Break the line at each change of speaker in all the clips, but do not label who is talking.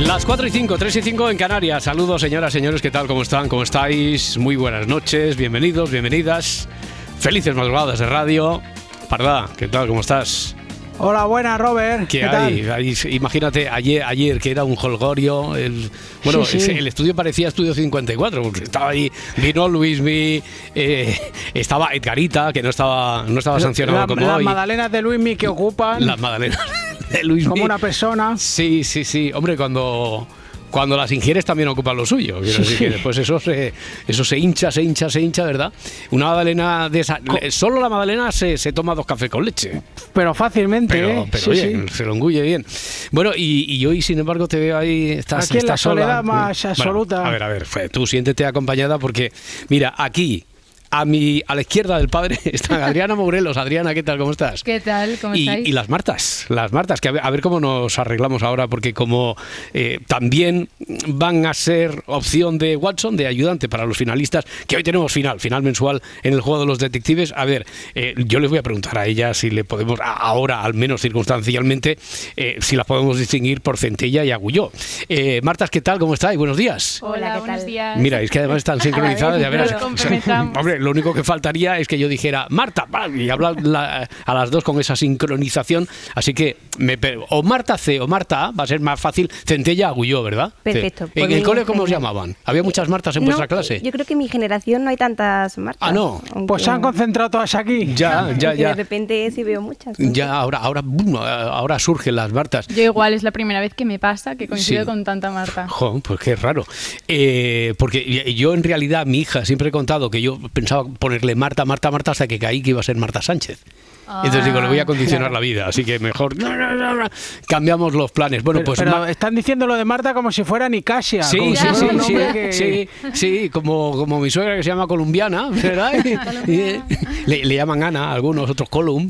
Las 4 y 5, 3 y 5 en Canarias. Saludos, señoras, señores, ¿qué tal? ¿Cómo están? ¿Cómo estáis? Muy buenas noches, bienvenidos, bienvenidas. Felices madrugadas de radio. Pardá, ¿qué tal? ¿Cómo estás?
Hola, buena, Robert.
¿Qué,
¿Qué
hay?
tal?
Ahí, Imagínate, ayer, ayer que era un holgorio. El, bueno,
Sí, sí.
es- el estudio parecía estudio 54, porque estaba ahí, vino Luismi, eh, estaba Edgarita, que no estaba, no estaba sancionado
La-
como
las
hoy.
magdalenas de Luismi que ocupan
Las magdalenas de Luismi.
como una persona.
Sí, sí, sí. Hombre, cuando, cuando las ingieres también ocupan lo suyo. Quiero
Sí,
decir que
sí.
después eso se, eso se hincha, se hincha, se hincha, ¿verdad? Una magdalena de esa. le- Solo la magdalena se, se toma dos cafés con leche.
Pero fácilmente,
Pero,
¿eh?
pero
Sí,
oye,
sí.
se lo engulle bien. Bueno, y, y hoy, sin embargo, te veo ahí. Estás,
Aquí en la
estás sola.
soledad más
Bueno,
absoluta.
a ver, a ver, fe- tú siéntete acompañada porque, mira, aquí. A, mi, a la izquierda del padre está Adriana Morelos. Adriana, ¿qué tal? ¿Cómo estás?
¿Qué tal? ¿Cómo
Y,
estáis?
y las martas, las martas, que a ver, a ver cómo nos arreglamos ahora, porque como eh, también van a ser opción de Watson, de ayudante para los finalistas, que hoy tenemos final, final mensual en el juego de los detectives, a ver, eh, yo les voy a preguntar a ellas si le podemos, a- ahora al menos circunstancialmente, eh, si las podemos distinguir por centella y agulló. Eh, martas, ¿qué tal? ¿Cómo estáis? Buenos días.
Hola,
Hola, ¿qué
buenos
tal?
días.
Mira, es que además están sincronizadas, ya verás.
nos complementamos.
Hombre, lo único que faltaría es que yo dijera Marta pa, y hablar la- a las dos con esa sincronización. Así que me pe- o Marta C o Marta A va a ser más fácil. Centella Agulló, ¿verdad?
Perfecto,
Sí.
pues
¿En el
bien,
cole cómo os
genial.
llamaban? ¿Había muchas Martas en
No,
vuestra clase?
Yo creo que en mi generación no hay tantas marcas.
Ah, no.
aunque-
Pues se han concentrado todas aquí.
Ya,
aunque
ya,
De
ya.
repente sí veo muchas. ¿no?
Ya, ahora, ahora, boom, ahora surgen las Martas.
Yo igual es la primera vez que me pasa que coincido
Sí.
con tanta Marta.
Jo, pues qué raro. Eh, porque y- yo en realidad, mi hija, siempre he contado que yo pensaba ponerle Marta, Marta, Marta, hasta que caí que iba a ser Marta Sánchez. Entonces digo, le
Ah.
voy a condicionar la vida, así que mejor cambiamos los planes. Bueno,
Pero,
pues
pero
Mar-
están diciendo lo de Marta como si fuera Nicasia.
Sí,
como
sí,
si fuera
sí,
un
sí,
hombre que-
sí, sí, como, como mi suegra que se llama colombiana, ¿verdad? Y- y- le, le llaman Ana, algunos otros Colum,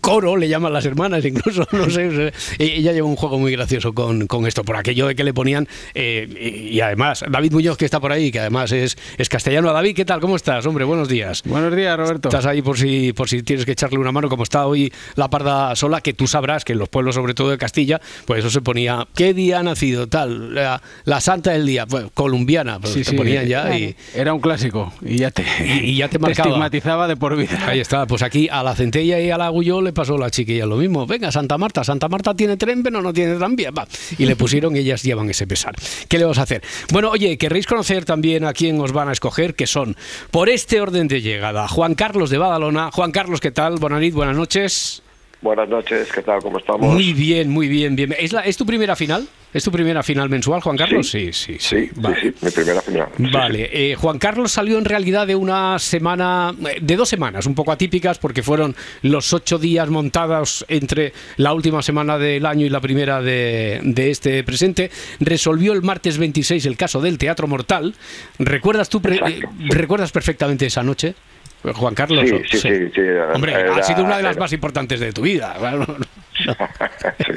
Coro le llaman las hermanas, incluso, no sé. o sea, e- Ella lleva un juego muy gracioso con, con esto, por aquello de que le ponían, eh, y, y además, David Muñoz que está por ahí, que además es, es castellano. David, ¿qué tal? ¿Cómo estás? Hombre, buenos días.
Buenos días, Roberto.
Estás ahí por si, por si tienes que echarle una mano, como está hoy la parda sola, que tú sabrás que en los pueblos, sobre todo de Castilla, pues eso se ponía, ¿qué día ha nacido? Tal, la, la santa del día, pues, colombiana, pues
Sí,
se
sí.
ponían ya y...
Era un clásico y ya te,
Y- y ya te marcaba.
estigmatizaba de por vida.
Ahí está, pues aquí a la centella y al agullo le pasó a la chiquilla lo mismo. Venga, Santa Marta, Santa Marta tiene tren, pero no tiene tranvía. va. Y le pusieron, ellas llevan ese pesar. ¿Qué le vas a hacer? Bueno, oye, querréis conocer también a quién os van a escoger, que son, por este orden de llegada, Juan Carlos de Badalona. Juan Carlos, ¿qué tal? Bonanit, buenas noches.
Buenas noches, ¿qué tal? ¿Cómo estamos?
Muy bien, muy bien, bien. ¿Es, la- ¿Es tu primera final? ¿Es tu primera final mensual, Juan Carlos? Sí, sí, sí.
sí, sí,
Vale.
sí, mi primera final. Sí,
Vale, eh, Juan Carlos salió en realidad de una semana, eh, de dos semanas, un poco atípicas, porque fueron los ocho días montados entre la última semana del año y la primera de, de este presente. Resolvió el martes 26 el caso del Teatro Mortal. ¿Recuerdas tú, pre-
Exacto.
eh, recuerdas perfectamente esa noche? Juan Carlos,
Sí,
¿o?
sí, sí, sí, era-
Hombre, ha
era-
sido una de las
era-
más importantes de tu vida. claro.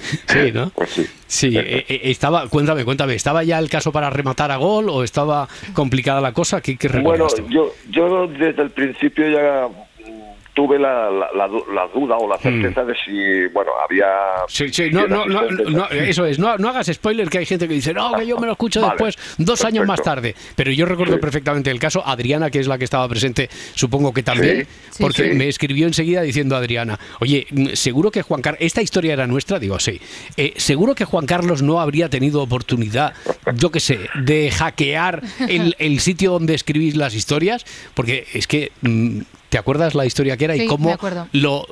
sí.
Sí, ¿no?
Pues sí.
Sí, eh, eh, estaba, cuéntame, cuéntame, ¿estaba ya el caso para rematar a gol o estaba complicada la cosa? ¿Qué, qué
Bueno,
recuerdas tú?
yo, yo desde el principio ya mm, tuve la, la- la du- la duda o la certeza de si, bueno, había...
Hmm. Sí, sí, no,
si era
no, no,
asistente,
no,
tal.
eso es, no, no hagas spoiler que hay gente que dice, no, que yo me lo escucho
Vale,
después, dos años más
perfecto.
tarde. Pero yo recuerdo
Sí.
perfectamente el caso, Adriana, que es la que estaba presente, supongo que también,
Sí.
porque
Sí.
me escribió enseguida diciendo Adriana, oye, mm, seguro que Juan Carlos, esta historia era nuestra, digo, sí, Eh, seguro que Juan Carlos no habría tenido oportunidad, yo qué sé, de hackear el, el sitio donde escribís las historias, porque es que... mm, ¿Te acuerdas la historia que era
Sí,
y
me
cómo
acuerdo.
lo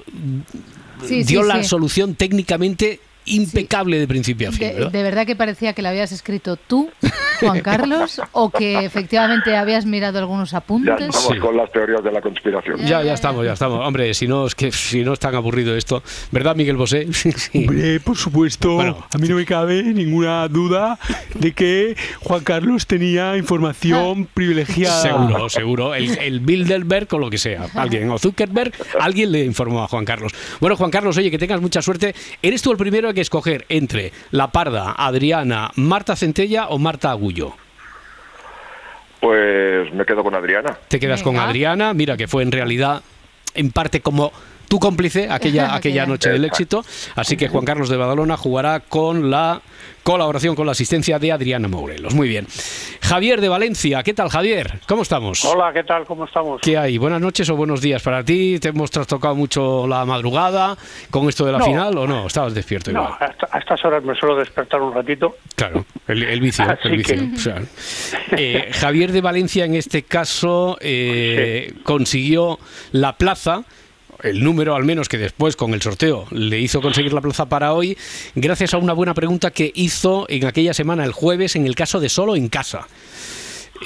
Sí, sí,
dio la
sí.
solución técnicamente impecable de principio a fin.
De,
¿verdad?
de verdad que parecía que la habías escrito tú, Juan Carlos, o que efectivamente habías mirado algunos
Ya
apuntes.
estamos
Sí.
con las teorías de la conspiración.
Ya, ya estamos, ya estamos. Hombre, si no es que si no es tan aburrido esto, ¿verdad, Miguel Bosé? Sí, sí.
Hombre, Eh, por supuesto,
Bueno.
a mí no me cabe ninguna duda de que Juan Carlos tenía información privilegiada.
Seguro, seguro. El, el Bilderberg o lo que sea. Alguien, o Zuckerberg, alguien le informó a Juan Carlos. Bueno, Juan Carlos, oye, que tengas mucha suerte. ¿Eres tú el primero que escoger entre La Parda, Adriana, Marta Centella o Marta Agullo?
Pues me quedo con Adriana.
Te quedas con
Venga.
Adriana, mira que fue en realidad en parte como tu cómplice aquella, aquella
Aquella.
noche del éxito. Así que Juan Carlos de Badalona jugará con la colaboración, con la asistencia de Adriana Morelos. Muy bien. Javier de Valencia, ¿qué tal Javier? ¿Cómo estamos?
Hola, ¿qué tal? ¿Cómo estamos?
¿Qué hay? ¿Buenas noches o buenos días para ti? ¿Te hemos trastocado mucho la madrugada con esto de la
No.
final o no? Estabas despierto
No,
igual.
a, esta- a estas horas me suelo despertar un ratito.
Claro, el, el vicio.
Así
el vicio,
que-
o sea. Eh, Javier de Valencia en este caso eh, consiguió la plaza, el número al menos que después con el sorteo le hizo conseguir la plaza para hoy, gracias a una buena pregunta que hizo en aquella semana el jueves en el caso de Solo en Casa.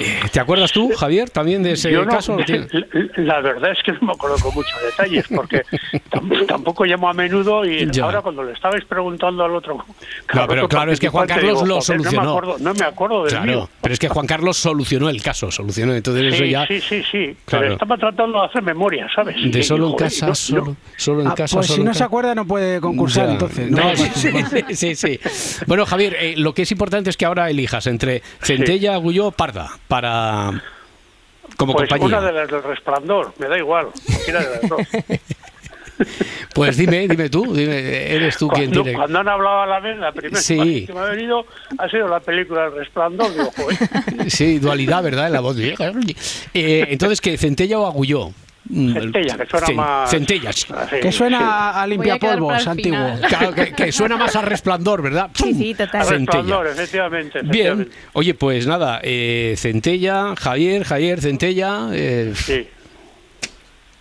Eh, ¿Te acuerdas tú, Javier, también de ese
Yo no-
caso? ¿Lo tienes?
la, la verdad es que no me acuerdo con muchos detalles, porque tam- tampoco llamo a menudo y
Ya.
ahora cuando le estabais preguntando al otro...
No, pero
otro
claro, es que Juan
participante,
Carlos lo
"Joder,
solucionó".
No me acuerdo, no me acuerdo del
Claro,
mío".
pero es que Juan Carlos solucionó el caso, solucionó, entonces eso
Sí,
ya...
sí, sí, sí,
Claro.
pero estaba tratando de hacer memoria, ¿sabes? Y-
De solo en
joder,
casa,
no- no-
solo, solo en
Ah,
casa,
pues
solo
si
en
no
casa.
se acuerda no puede concursar
Ya.
entonces.
No,
No,
sí, sí, sí, sí. Bueno, Javier, eh, lo que es importante es que ahora elijas entre Centella, Agulló o Parda para como
Pues
compañía.
una de las del resplandor, me da igual, cualquiera de las dos.
Pues dime, dime tú, dime, eres tú quien
Cuando,
tiene.
cuando han hablado a la vez, la primera
Sí.
imagen que me ha venido ha sido la película El Resplandor. Digo, joder,
Sí, dualidad, ¿verdad? En la voz. Eh, entonces, ¿qué? ¿Centella o Agulló? Mm,
Centella, que suena
Cen-
más- Ah,
Centella, sí.
así,
Que suena a, a
Voy a quedar para
limpiapolvos
el
antiguo.
final.
Claro, que, que suena más a resplandor, ¿verdad?
Sí, sí, total.
El
Centella.
Resplandor, efectivamente.
Bien,
efectivamente.
oye, pues nada, eh, Centella, Javier, Javier, Centella, eh,
Sí.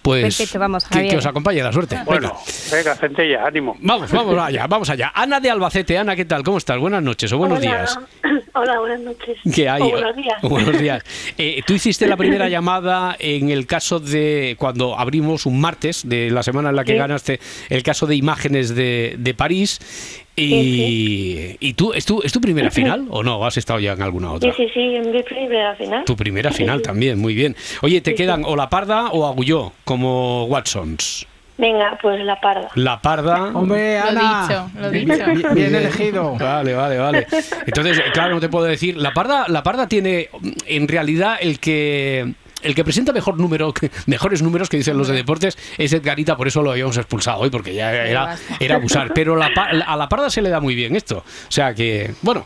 pues
Perfecto, vamos,
que, que
Javier.
os acompañe la suerte.
Bueno,
Venga.
venga, Centella, ánimo.
Vamos, vamos allá, vamos allá. Ana de Albacete, Ana, ¿qué tal? ¿Cómo estás? Buenas noches o buenos
Hola.
días.
Hola, buenas noches.
¿Qué hay?
O Oh, buenos días.
Buenos días. Eh, tú hiciste la primera llamada en el caso de cuando abrimos un martes de la semana en la que
Sí.
ganaste el caso de imágenes de, de París. Y, y tú, ¿es tu, ¿es tu primera final o no? ¿Has estado ya en alguna
Sí,
otra?
sí, sí, en mi primera final.
Tu primera final
Sí, sí.
también, muy bien. Oye, te
Sí,
quedan o la parda o agulló, como Watsons.
Venga, pues la parda.
La parda.
Hombre,
Lo
Ana.
dicho, lo dicho.
Bien, bien elegido.
Vale, vale, vale. Entonces, eh, claro, no te puedo decir. La parda, la parda tiene, mm, en realidad, el que el que presenta mejor número, que- mejores números que dicen los de deportes es Edgarita, por eso lo habíamos expulsado hoy, porque ya era,
basta.
era abusar. Pero la pa- a la parda se le da muy bien esto. O sea que, bueno,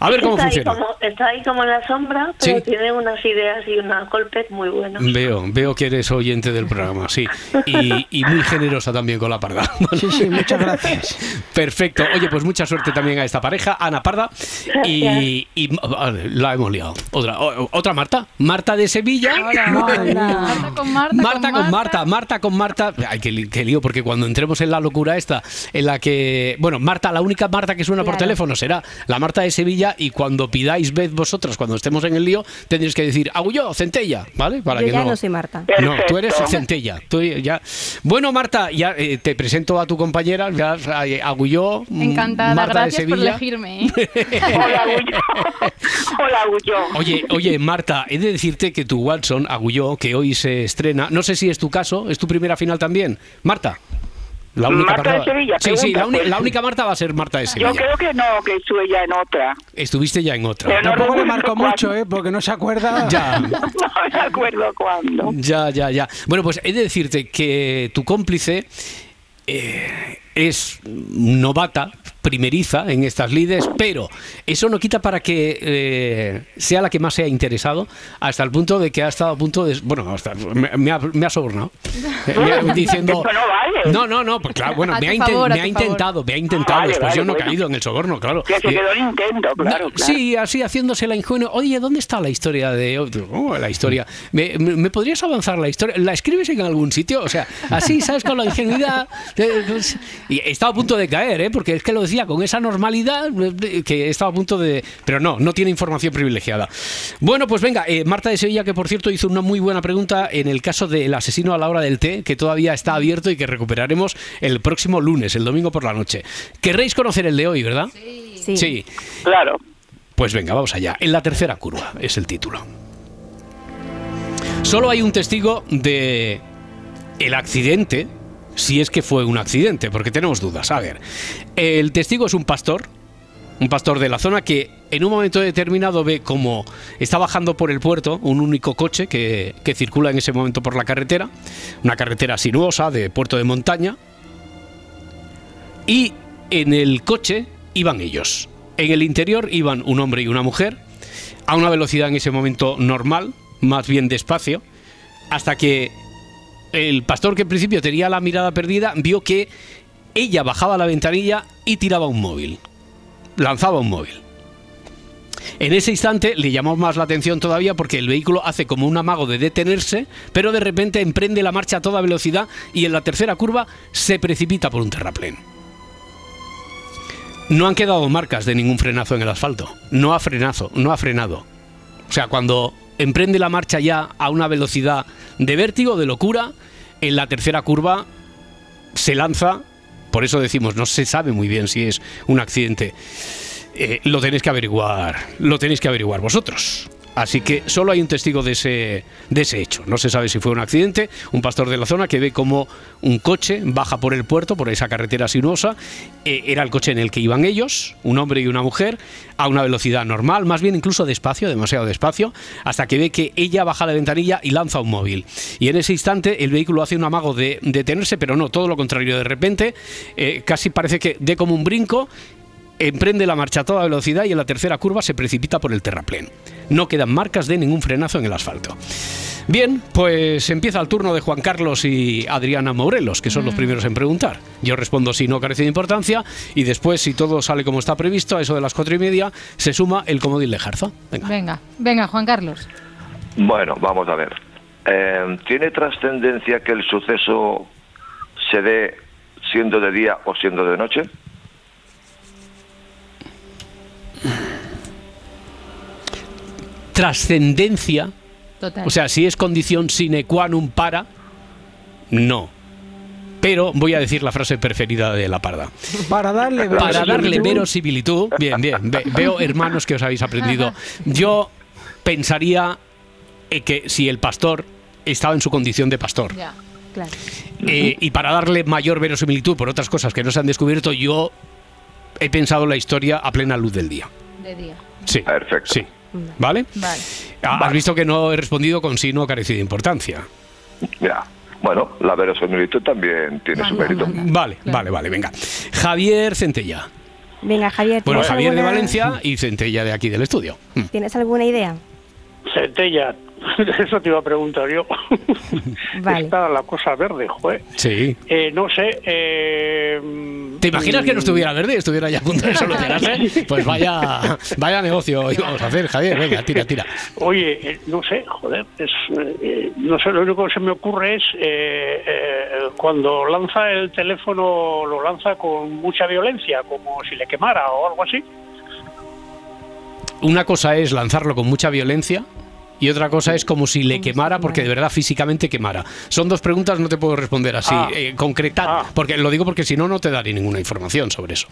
a ver cómo
está,
funciona.
Ahí como, está ahí como en la sombra, pero
Sí.
tiene unas ideas y unos golpes muy buenos.
Veo, veo que eres oyente del programa, sí. Y, y muy generosa también con la parda.
Sí, sí, muchas gracias.
Perfecto. Oye, pues mucha suerte también a esta pareja, Ana Parda. Y, y- vale, la hemos liado. Otra, o- otra Marta. Marta de Sevilla.
Marta con Marta.
Marta con Marta, Marta con Marta. Ay, qué, li- qué lío, porque cuando entremos en la locura esta, en la que. Bueno, Marta, la única Marta que suena por
Claro.
teléfono será la Marta de Sevilla. Y cuando pidáis vez vosotras, cuando estemos en el lío, tendréis que decir Agulló, Centella, ¿vale? Para
Yo
que
ya
no-
no soy Marta.
no, tú eres
Perfecto.
centella. tú ya- Bueno, Marta, ya eh, te presento a tu compañera, ya, eh, Agulló, mm,
Encantada,
Marta
gracias
de
por
Sevilla.
elegirme. ¿eh?
Hola, Gullo. Hola, Gullo.
Oye, oye, Marta, he de decirte que tu Watson, Agulló, que hoy se estrena, no sé si es tu caso, es tu primera final también. Marta. La
Marta de
Marta
Sevilla,
Sí, sí,
pregunta,
la, uni-
pues.
la única Marta va a ser Marta de Sevilla.
que no, que estuve ya en otra.
Estuviste ya en otra.
Pero no
Tampoco le
recuerdo
marcó
cuál.
mucho, ¿eh? Porque no se acuerda.
Ya,
No me acuerdo cuándo.
ya, ya, ya. Bueno, pues he de decirte que tu cómplice eh, es novata, primeriza en estas lides, pero eso no quita para que eh, sea la que más se ha interesado, hasta el punto de que ha estado a punto de... Bueno, hasta- me, me ha, me ha sobornado. Eh, me ha- diciendo...
Eso no vale.
No, no, no, pues claro, bueno,
A
me
tu
ha, inten-
favor, a
me ha
tu favor.
intentado, me ha intentado,
Ah, vale,
después pues yo
vale,
no he
bueno.
caído en el soborno, claro.
Que se
Y-
quedó Nintendo, claro.
no, Sí, así haciéndose la ingenua. Oye, ¿dónde está la historia de.? Oh, la historia. ¿Me, me, me podrías avanzar la historia? ¿La escribes en algún sitio? O sea, así, ¿sabes? Con la ingenuidad. Eh, pues, Y estaba a punto de caer, ¿eh? Porque es que lo decía decía con esa normalidad eh, que estaba a punto de... Pero no, no tiene información privilegiada. Bueno, pues venga, eh, Marta de Sevilla, que por cierto hizo una muy buena pregunta en el caso del asesino a la hora del té, que todavía está abierto y que recuperaremos el próximo lunes, el domingo por la noche. Querréis conocer el de hoy, ¿verdad?
Sí.
Sí.
Claro.
Pues venga, vamos allá. En la tercera curva es el título. Solo hay un testigo de el accidente, si es que fue un accidente, porque tenemos dudas. A ver, el testigo es un pastor, un pastor de la zona que en un momento determinado ve como está bajando por el puerto un único coche que, que circula en ese momento por la carretera, una carretera sinuosa de puerto de montaña, y en el coche iban ellos. En el interior iban un hombre y una mujer, a una velocidad en ese momento normal, más bien despacio, hasta que el pastor que en principio tenía la mirada perdida vio que ella bajaba la ventanilla y tiraba un móvil, lanzaba un móvil. En ese instante le llamó más la atención todavía porque el vehículo hace como un amago de detenerse, pero de repente emprende la marcha a toda velocidad y en la tercera curva se precipita por un terraplén. No han quedado marcas de ningún frenazo en el asfalto. No ha frenazo, no ha frenado. O sea, cuando emprende la marcha ya a una velocidad de vértigo, de locura, en la tercera curva se lanza. Por eso decimos, no se sabe muy bien si es un accidente. Eh, lo tenéis que averiguar, lo tenéis que averiguar vosotros. Así que solo hay un testigo de ese, de ese hecho. No se sabe si fue un accidente, un pastor de la zona que ve como un coche baja por el puerto, por esa carretera sinuosa. Eh, era el coche en el que iban ellos, un hombre y una mujer, a una velocidad normal, más bien incluso despacio, demasiado despacio, hasta que ve que ella baja la ventanilla y lanza un móvil. Y en ese instante el vehículo hace un amago de detenerse, pero no, todo lo contrario. De repente, eh, casi parece que dé como un brinco Emprende la marcha a toda velocidad y en la tercera curva se precipita por el terraplén. No quedan marcas de ningún frenazo en el asfalto. Bien, pues empieza el turno de Juan Carlos y Adriana Morelos, que son los primeros en preguntar. Yo respondo si no carece de importancia y después, si todo sale como está previsto, a eso de las cuatro y media, se suma el comodín de Jarza. Venga.
Venga, venga, Juan Carlos.
Bueno, vamos a ver. Eh, ¿Tiene trascendencia que el suceso se dé siendo de día o siendo de noche?
Trascendencia,
Total.
o sea, si es condición sine qua non para, no. Pero voy a decir la frase preferida de la parda.
Para darle
Para darle
veros
verosimilitud. Bien, bien. Ve- veo, hermanos, que os habéis aprendido. Yo pensaría eh, que si el pastor estaba en su condición de pastor.
Ya.
Claro.
Eh, y para darle mayor verosimilitud por otras cosas que no se han descubierto, yo he pensado la historia a plena luz del día.
De día.
Sí. Perfecto. Sí. ¿Vale?
Vale.
Ah, Has visto que no he respondido con sí no carecido de importancia.
Ya. Bueno, la verosimilitud también tiene su mérito.
Vale, vale, vale, venga. Javier Centella.
Venga, Javier.
Bueno,
¿tienes
Javier de
alguna-
Valencia y Centella de aquí del estudio. Mm.
¿Tienes alguna idea?
Centella, eso te iba a preguntar yo.
Vale.
Está la cosa verde, joder.
Sí.
Eh, no sé. eh,
¿Te imaginas que no
mm,
estuviera verde? Estuviera ya a punto de solucionarse. Pues vaya, vaya negocio hoy vamos a hacer, Javier. Venga, tira, tira.
Oye, eh, no sé, joder, es, eh, eh, no sé, lo único que se me ocurre es eh, eh, cuando lanza el teléfono, lo lanza con mucha violencia, como si le quemara o algo así.
Una cosa es lanzarlo con mucha violencia y otra cosa es como si le quemara, porque de verdad físicamente quemara. Son dos preguntas, no te puedo responder así,
Ah.
eh, concretar,
Ah.
porque lo digo porque si no, no te daré ninguna información sobre eso.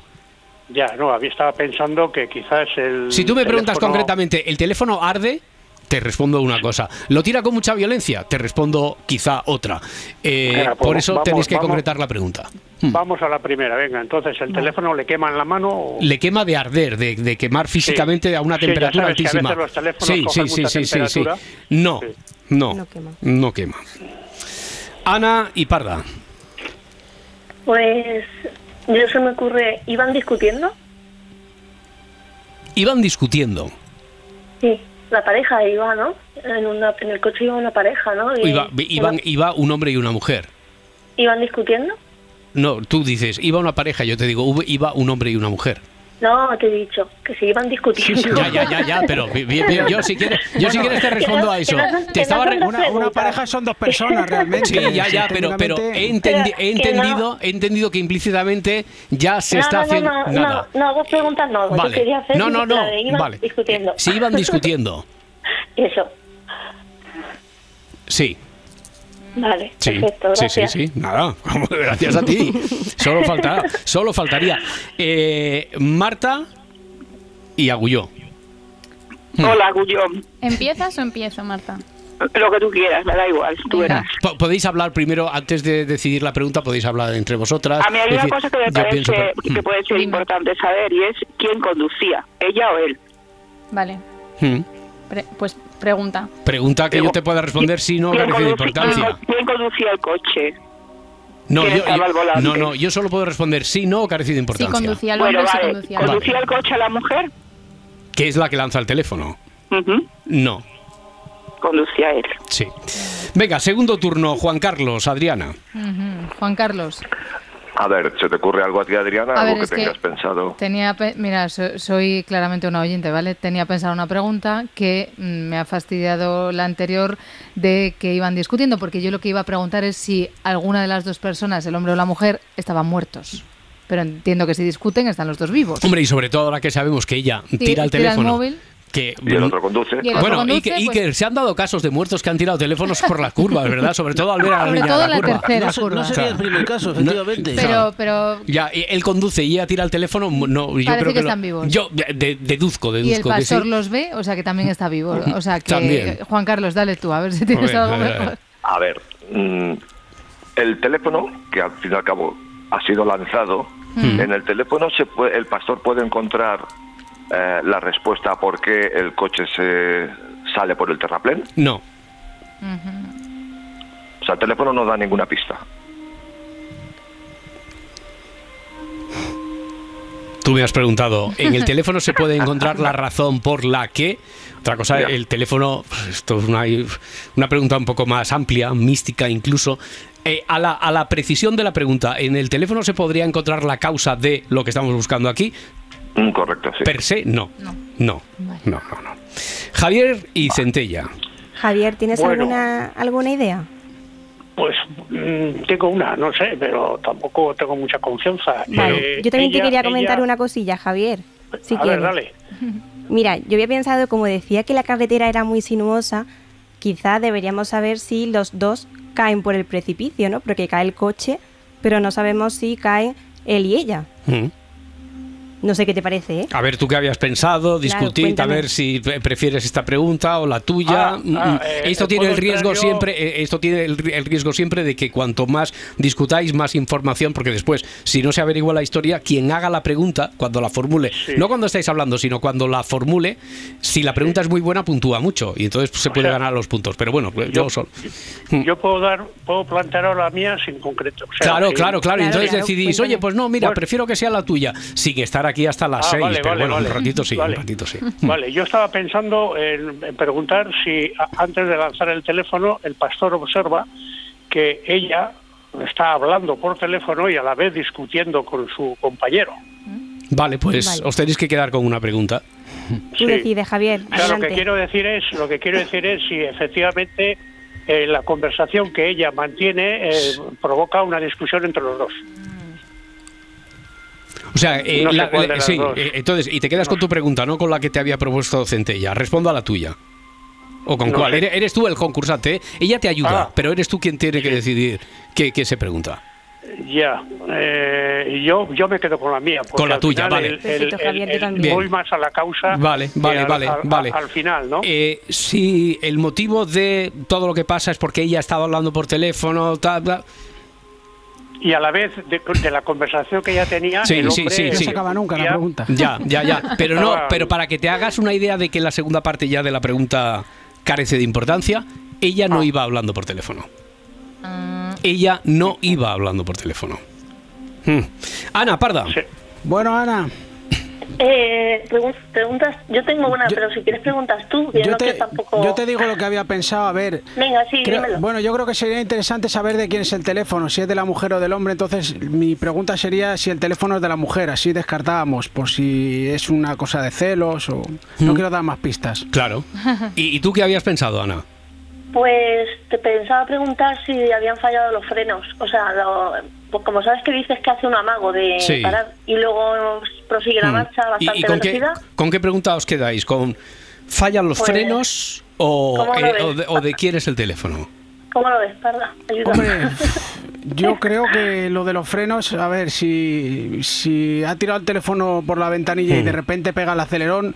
Ya, no, había estaba pensando que quizás el.
Si tú me preguntas
teléfono-
concretamente, ¿el teléfono arde? Te respondo una cosa. ¿Lo tira con mucha violencia? Te respondo quizá otra. Eh,
Venga, pues
por eso
vamos,
tenéis que
vamos.
concretar la pregunta.
Vamos a la primera, venga, entonces el teléfono le quema en la mano. o-
le quema de arder, de, de quemar físicamente a una
Sí, ya
temperatura
sabes que a
altísima.
veces los teléfonos cogen mucha temperatura.
No,
Sí.
no,
No quema.
no quema. Ana y Parda.
Pues yo se me ocurre, ¿iban discutiendo?
Iban discutiendo.
Sí, la pareja iba, ¿no? En, una, en el coche iba una pareja, ¿no? Y-
Iba, iban, iba un hombre y una mujer.
¿Iban discutiendo?
No, tú dices, iba una pareja, yo te digo, hub- iba un hombre y una mujer.
No, te he dicho que se iban discutiendo.
Ya, ya, ya, ya, pero bi- bi- bi- yo si quieres, yo si
Bueno,
quieres te respondo a eso. Te estaba re-
una, una pareja son dos personas realmente.
Sí, ya, ya, pero, pero he, entendi- he
que no.
entendido, he entendido que implícitamente ya se
no,
está
no,
haciendo
no, no,
nada.
no, no, vos preguntas no, yo
Vale.
quería hacer
No, no,
la
no,
de iban
vale.
discutiendo.
Se iban discutiendo.
Eso,
Sí,
vale,
sí,
perfecto,
sí,
gracias.
sí, sí, nada, como gracias a ti. Solo faltará, solo faltaría. Eh, Marta y Agulló.
Hola, Gullón.
¿Empiezas o empiezo, Marta?
Lo que tú quieras, me da igual, tú eras.
Po- Podéis hablar primero, antes de decidir la pregunta, podéis hablar entre vosotras.
A mí hay
Es
una
decir,
cosa que me
Ah, yo
parece
pienso que- mm,
que puede ser importante saber y es quién conducía, ella o él.
Vale,
Mm.
pre- pues pregunta.
Pregunta que yo te pueda responder si no
¿Quién,
carece de
conduci- quién
importancia.
con- quién conducía el coche?
No,
quién
yo,
estaba al volante?
no, no, yo solo puedo responder sí, no o carece de
Si
importancia.
conducía el
Bueno,
hombre, si
vale.
conducía la
¿Conducía el coche la mujer?
Que es la que lanza el teléfono.
Ujú,
No,
Conducía él.
sí. Venga, segundo turno, Juan Carlos, Adriana.
Ujú. Juan Carlos,
A ver, ¿se te ocurre algo a ti, Adriana?
A
Algo
ver,
que
es que-
tengas pensado.
tenía. pe- Mira, so- soy claramente una oyente, ¿vale? Tenía pensado una pregunta que mm, me ha fastidiado la anterior de que iban discutiendo, porque yo lo que iba a preguntar es si alguna de las dos personas, el hombre o la mujer, estaban muertos. Pero entiendo que si discuten, están los dos vivos.
Hombre, y sobre todo ahora que sabemos que ella
Ti-
tira el teléfono.
móvil.
Que,
Y el otro conduce.
Y el otro
bueno,
conduce,
Iker,
pues-
Iker, se han dado casos de muertos que han tirado teléfonos por las curvas, ¿verdad? Sobre todo al ver a la
Sobre
niña
todo
de
en la
la curva.
tercera
No,
curva.
sería el primer caso, efectivamente.
Pero, pero
Ya, y él conduce y ella tira el teléfono. No, yo
Parece
creo que,
que
no.
están vivos.
Yo de- de- deduzco, deduzco
Y el
que sí.
pastor los ve, o sea que también está vivo. O sea que,
También.
Juan Carlos, dale tú, a ver si tienes
Joder,
algo
a ver, a
mejor.
ver. A ver, mm, el teléfono, que al fin y al cabo ha sido lanzado,
Mm.
en el teléfono se puede- el pastor puede encontrar eh, la respuesta a por qué el coche se sale por el terraplén.
No.
O sea, el teléfono no da ninguna pista.
Tú me has preguntado, en el teléfono se puede encontrar la razón por la que. Otra cosa, el teléfono, pues, esto es una, una pregunta un poco más amplia, mística incluso. Eh, a, la, a la precisión de la pregunta, ¿en el teléfono se podría encontrar la causa de lo que estamos buscando aquí?
Mm, correcto, sí.
Per se, no. No, no, no, no. Javier y Centella.
Javier, ¿tienes
Bueno.
alguna alguna idea?
Pues mm, tengo una, no sé, pero tampoco tengo mucha confianza. Eh,
Yo también
ella-
te quería comentar
ella-
una cosilla, Javier. Si
a
quieres.
ver, dale.
Mira, yo había pensado, como decía que la carretera era muy sinuosa, quizá deberíamos saber si los dos caen por el precipicio, ¿no? Porque cae el coche, pero no sabemos si caen él y ella.
Mm.
No sé qué te parece,
Ah,
¿eh?
A ver, tú qué habías pensado, discutid, a
cuéntame.
ver si pre- prefieres esta pregunta o la tuya.
Ah,
Mm,
ah,
mm.
eh,
esto
eh,
tiene
¿puedo
el riesgo
entrar yo?
siempre, eh, esto tiene el, ri- el riesgo siempre de que cuanto más discutáis, más información, porque después, si no se averigua la historia, quien haga la pregunta cuando la formule, no cuando estáis hablando, sino cuando la formule, si la pregunta es muy buena, puntúa mucho y entonces se puede ganar los puntos. Pero bueno, pues, yo solo.
Yo puedo dar, puedo plantear ahora la mía sin concreto. o sea, eh,
Claro,
que-
claro, claro. Y entonces decidís, oye, pues no, mira, prefiero que sea la tuya, sin estar aquí hasta las
Ah,
seis.
vale,
pero
vale,
bueno, un
vale.
ratito sí,
Vale.
un ratito sí.
Vale, yo estaba pensando en, en preguntar si a- antes de lanzar el teléfono el pastor observa que ella está hablando por teléfono y a la vez discutiendo con su compañero.
Vale, pues
Vale.
os tenéis que quedar con una pregunta.
Tú decides, Javier.
O sea, lo que
adelante.
quiero decir es, lo que quiero decir es si efectivamente eh, la conversación que ella mantiene eh, provoca una discusión entre los dos.
O sea, eh,
No sé
la-
cuál de
la-
las
sí,
dos.
eh, entonces, y te quedas con tu pregunta, no con la que te había propuesto Centella. Respondo a la tuya. ¿O con
No
cuál?
sé.
Eres, eres tú el concursante, ¿eh? Ella te ayuda,
Ah.
pero eres tú quien tiene que decidir qué, qué se pregunta.
Ya, eh, yo, yo me quedo con la mía. porque
Con la
al
tuya,
final
vale.
el- el-
Perfecto, Pues Javier,
el-
yo
el-
también.
voy
Bien.
más a la causa.
Vale,
que
vale,
al-
vale,
al-
vale.
Al final, ¿no?
Eh, si el motivo de todo lo que pasa es porque ella estaba hablando por teléfono, tal, tal.
Y a la vez de, de la conversación que ya tenía,
Sí,
el
sí,
hombre,
sí, sí. No se
acaba nunca la pregunta.
Ya, ya, ya. Pero no,
Estaba-
pero para que te hagas una idea de que la segunda parte ya de la pregunta carece de importancia, ella
Ah.
no iba hablando por teléfono. Ella no iba hablando por teléfono. Hmm. Ana, parda.
Bueno, Ana,
Eh, pregun- preguntas, yo tengo una,
Yo-
pero si quieres preguntas tú, yo, no
Yo
que
te,
tampoco...
yo te digo lo que había pensado, a ver.
Venga, sí,
creo-
dímelo.
bueno, yo creo que sería interesante saber de quién es el teléfono, si es de la mujer o del hombre. Entonces, mi pregunta sería si el teléfono es de la mujer, así descartábamos, por si es una cosa de celos o. No quiero dar más pistas.
Claro. ¿Y, y tú qué habías pensado, Ana?
Pues te pensaba preguntar si habían fallado los frenos. O sea, lo- pues como sabes que dices que hace un amago de
Sí.
parar y luego prosigue la
Mm.
marcha a
¿Y,
bastante
y con, qué,
velocidad.
con qué pregunta os quedáis? ¿Con fallan los
Pues,
frenos o,
¿cómo lo
eh,
ves?
o de, o de quién es el teléfono?
¿Cómo lo ves, Parda? Ayúdame.
Hombre, yo creo que lo de los frenos, a ver, si, si ha tirado el teléfono por la ventanilla y de
Hmm.
repente pega el acelerón,